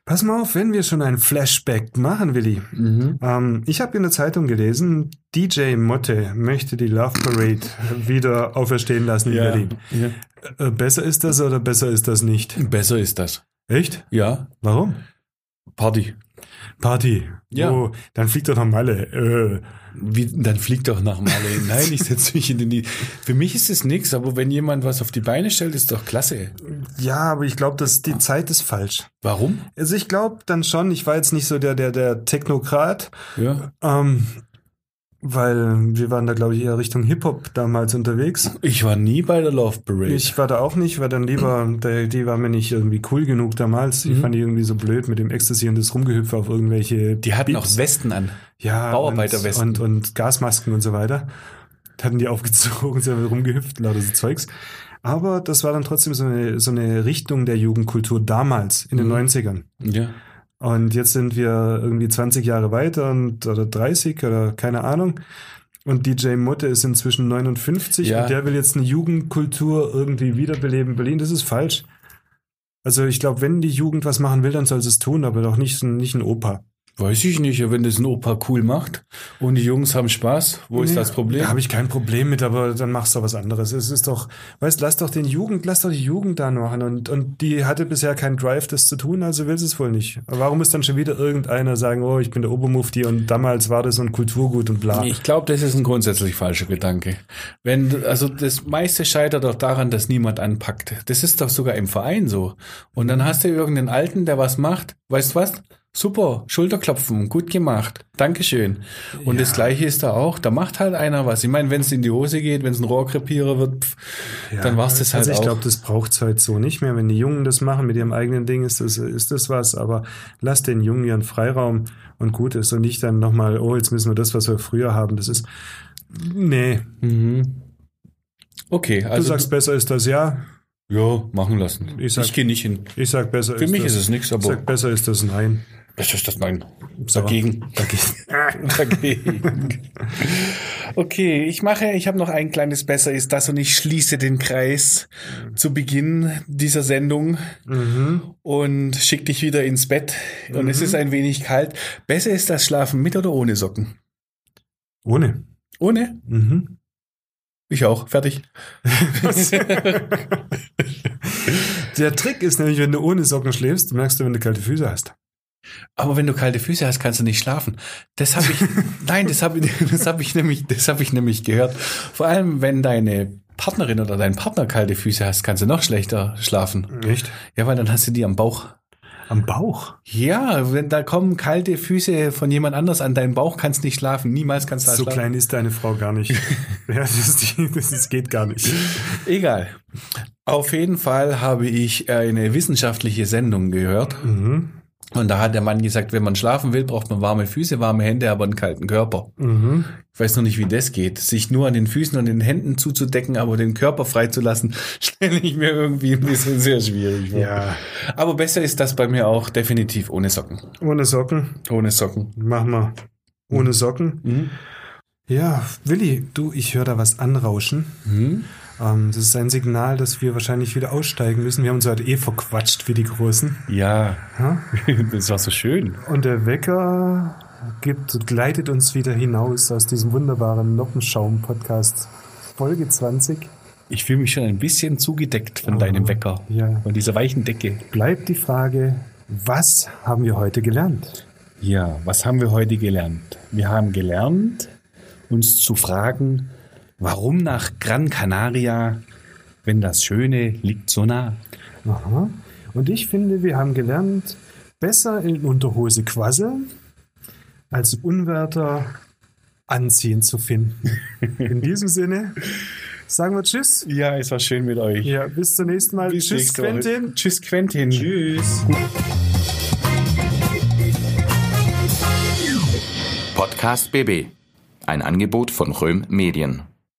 Speaker 3: pass mal auf, wenn wir schon ein Flashback machen, Willi.
Speaker 2: Mhm.
Speaker 3: Ähm, ich habe in der Zeitung gelesen, DJ Motte möchte die Love Parade wieder auferstehen lassen in
Speaker 2: Ja.
Speaker 3: Berlin. Äh, besser ist das oder besser ist das nicht?
Speaker 2: Besser ist das.
Speaker 3: Echt?
Speaker 2: Ja,
Speaker 3: Warum?
Speaker 2: Party.
Speaker 3: Party.
Speaker 2: Ja.
Speaker 3: Oh, dann fliegt doch noch Malle. Äh,
Speaker 2: Wie, dann fliegt doch nach
Speaker 3: (laughs)
Speaker 2: Malle. Nein, ich setze mich in den. Nie- Für mich ist es nichts, aber wenn jemand was auf die Beine stellt, ist doch klasse.
Speaker 3: ja, aber ich glaube, die Zeit ist falsch.
Speaker 2: Warum?
Speaker 3: Also ich glaube dann schon, ich war jetzt nicht so der, der, der Technokrat,
Speaker 2: Ja.
Speaker 3: Ähm, weil wir waren da, glaube ich, eher Richtung Hip-Hop damals unterwegs.
Speaker 2: Ich war nie bei der Love Parade.
Speaker 3: Ich war da auch nicht, war dann lieber, der, die war mir nicht irgendwie cool genug damals.
Speaker 2: Mhm.
Speaker 3: Ich fand die irgendwie so blöd mit dem Ecstasy und das Rumgehüpfe auf irgendwelche
Speaker 2: die hatten auch
Speaker 3: Beeps.
Speaker 2: Westen an.
Speaker 3: ja,
Speaker 2: Bauarbeiterwesten.
Speaker 3: Und, und, und Gasmasken und so weiter. Hatten die (laughs) aufgezogen, sind rumgehüpft, lauter so Zeugs. Aber das war dann trotzdem so eine, so eine Richtung der Jugendkultur damals,
Speaker 2: Mhm.
Speaker 3: in den 90ern.
Speaker 2: Ja.
Speaker 3: Und jetzt sind wir irgendwie 20 Jahre weiter und oder 30 oder keine Ahnung. Und DJ Motte ist inzwischen 59
Speaker 2: Ja.
Speaker 3: und der will jetzt eine Jugendkultur irgendwie wiederbeleben in Berlin. Das ist falsch. Also ich glaube, wenn die Jugend was machen will, dann soll sie es tun, aber doch nicht, nicht ein Opa.
Speaker 2: Weiß ich nicht, wenn das ein Opa cool macht und die Jungs haben Spaß, wo ist
Speaker 3: Nee,
Speaker 2: das Problem?
Speaker 3: Da habe ich kein Problem mit, aber dann machst du was anderes. Es ist doch, weißt, lass doch den Jugend, lass doch die Jugend da machen. Und, und die hatte bisher keinen Drive, das zu tun, also will sie es wohl nicht. Aber Warum muss dann schon wieder irgendeiner sagen, oh, ich bin der Obermufti und damals war das so ein Kulturgut und bla.
Speaker 2: Ich glaube, das ist ein grundsätzlich falscher Gedanke. Wenn, also das meiste scheitert doch daran, dass niemand anpackt. Das ist doch sogar im Verein so. Und dann hast du irgendeinen Alten, der was macht. Weißt du was? Super, Schulterklopfen, gut gemacht. Dankeschön. Und das gleiche ist da auch. Da macht halt einer was. Ich meine, wenn es in die Hose geht, wenn es ein Rohrkrepierer wird, pff, dann war es das halt
Speaker 3: also ich
Speaker 2: auch.
Speaker 3: glaube, das braucht es halt so nicht mehr. Wenn die Jungen das machen mit ihrem eigenen Ding, ist das, ist das was. Aber lass den Jungen ihren Freiraum und gut ist und nicht dann nochmal, oh, jetzt müssen wir das, was wir früher haben. Das ist, nee,
Speaker 2: mhm. Okay, also
Speaker 3: du sagst, besser ist das ja.
Speaker 2: Ja, machen lassen.
Speaker 3: Ich
Speaker 2: Ich,
Speaker 3: sag-
Speaker 2: gehe nicht hin.
Speaker 3: Ich sag besser
Speaker 2: Für mich
Speaker 3: das,
Speaker 2: ist es nichts,
Speaker 3: Ich
Speaker 2: aber
Speaker 3: sag besser ist das Nein.
Speaker 2: das ist das Nein.
Speaker 3: So.
Speaker 2: Dagegen.
Speaker 3: (laughs)
Speaker 2: Dagegen. Dagegen. Okay, ich mache, ich habe noch ein kleines Besser ist das und ich schließe den Kreis zu Beginn dieser Sendung
Speaker 3: Mhm.
Speaker 2: und schicke dich wieder ins Bett und es ist ein wenig kalt. Besser ist das Schlafen mit oder ohne Socken?
Speaker 3: Ohne.
Speaker 2: Ohne?
Speaker 3: Mhm.
Speaker 2: Ich auch. Fertig.
Speaker 3: (laughs) Der Trick ist nämlich, wenn du ohne Socken schläfst, merkst du, wenn du kalte Füße hast.
Speaker 2: Aber wenn du kalte Füße hast, kannst du nicht schlafen. Das (laughs) habe ich, nein, das habe das hab ich nämlich, das habe ich nämlich gehört. Vor allem, wenn deine Partnerin oder dein Partner kalte Füße hast, kannst du noch schlechter schlafen.
Speaker 3: Echt?
Speaker 2: Ja, weil dann hast du die am Bauch.
Speaker 3: Am Bauch.
Speaker 2: Ja, wenn da kommen kalte Füße von jemand anders an deinen Bauch, kannst nicht schlafen. Niemals kannst du da
Speaker 3: So
Speaker 2: schlafen.
Speaker 3: klein ist deine Frau gar (laughs) nicht. ja, das, die, das, das geht gar nicht.
Speaker 2: Egal. Auf jeden Fall habe ich eine wissenschaftliche Sendung gehört.
Speaker 3: Mhm.
Speaker 2: Und da hat der Mann gesagt, wenn man schlafen will, braucht man warme Füße, warme Hände, aber einen kalten Körper.
Speaker 3: Mhm.
Speaker 2: Ich weiß noch nicht, wie das geht. Sich nur an den Füßen und den Händen zuzudecken, aber den Körper freizulassen, (laughs) stelle ich mir irgendwie ein bisschen sehr schwierig vor.
Speaker 3: Ja.
Speaker 2: Aber besser ist das bei mir auch definitiv ohne Socken.
Speaker 3: Ohne Socken.
Speaker 2: Ohne Socken.
Speaker 3: Mach mal. Ohne Socken. Ja, Willi, du, ich höre da was anrauschen.
Speaker 2: Mhm.
Speaker 3: Ähm, das ist ein Signal, dass wir wahrscheinlich wieder aussteigen müssen. Wir haben uns heute eh verquatscht wie die Großen.
Speaker 2: Ja, (laughs)
Speaker 3: Ja?
Speaker 2: das war so schön.
Speaker 3: Und der Wecker gibt, gleitet uns wieder hinaus aus diesem wunderbaren Noppenschaum-Podcast. Folge 20.
Speaker 2: Ich fühle mich schon ein bisschen zugedeckt von
Speaker 3: Oh.
Speaker 2: deinem Wecker.
Speaker 3: Ja.
Speaker 2: Von dieser weichen Decke.
Speaker 3: Bleibt die Frage, was haben wir heute gelernt?
Speaker 2: Ja, was haben wir heute gelernt? Wir haben gelernt, uns zu fragen, warum nach Gran Canaria, wenn das Schöne liegt so nah.
Speaker 3: Aha. Und ich finde, wir haben gelernt, besser in Unterhose quasseln, als Unwärter anziehen zu finden. In diesem Sinne, sagen wir Tschüss.
Speaker 2: Ja, es war schön mit euch.
Speaker 3: Ja, bis zum nächsten Mal.
Speaker 2: Bis
Speaker 3: tschüss,
Speaker 2: nächste Woche.
Speaker 3: Quentin.
Speaker 2: Tschüss, Quentin.
Speaker 5: Tschüss.
Speaker 1: Podcast BB. Ein Angebot von Röhm Medien.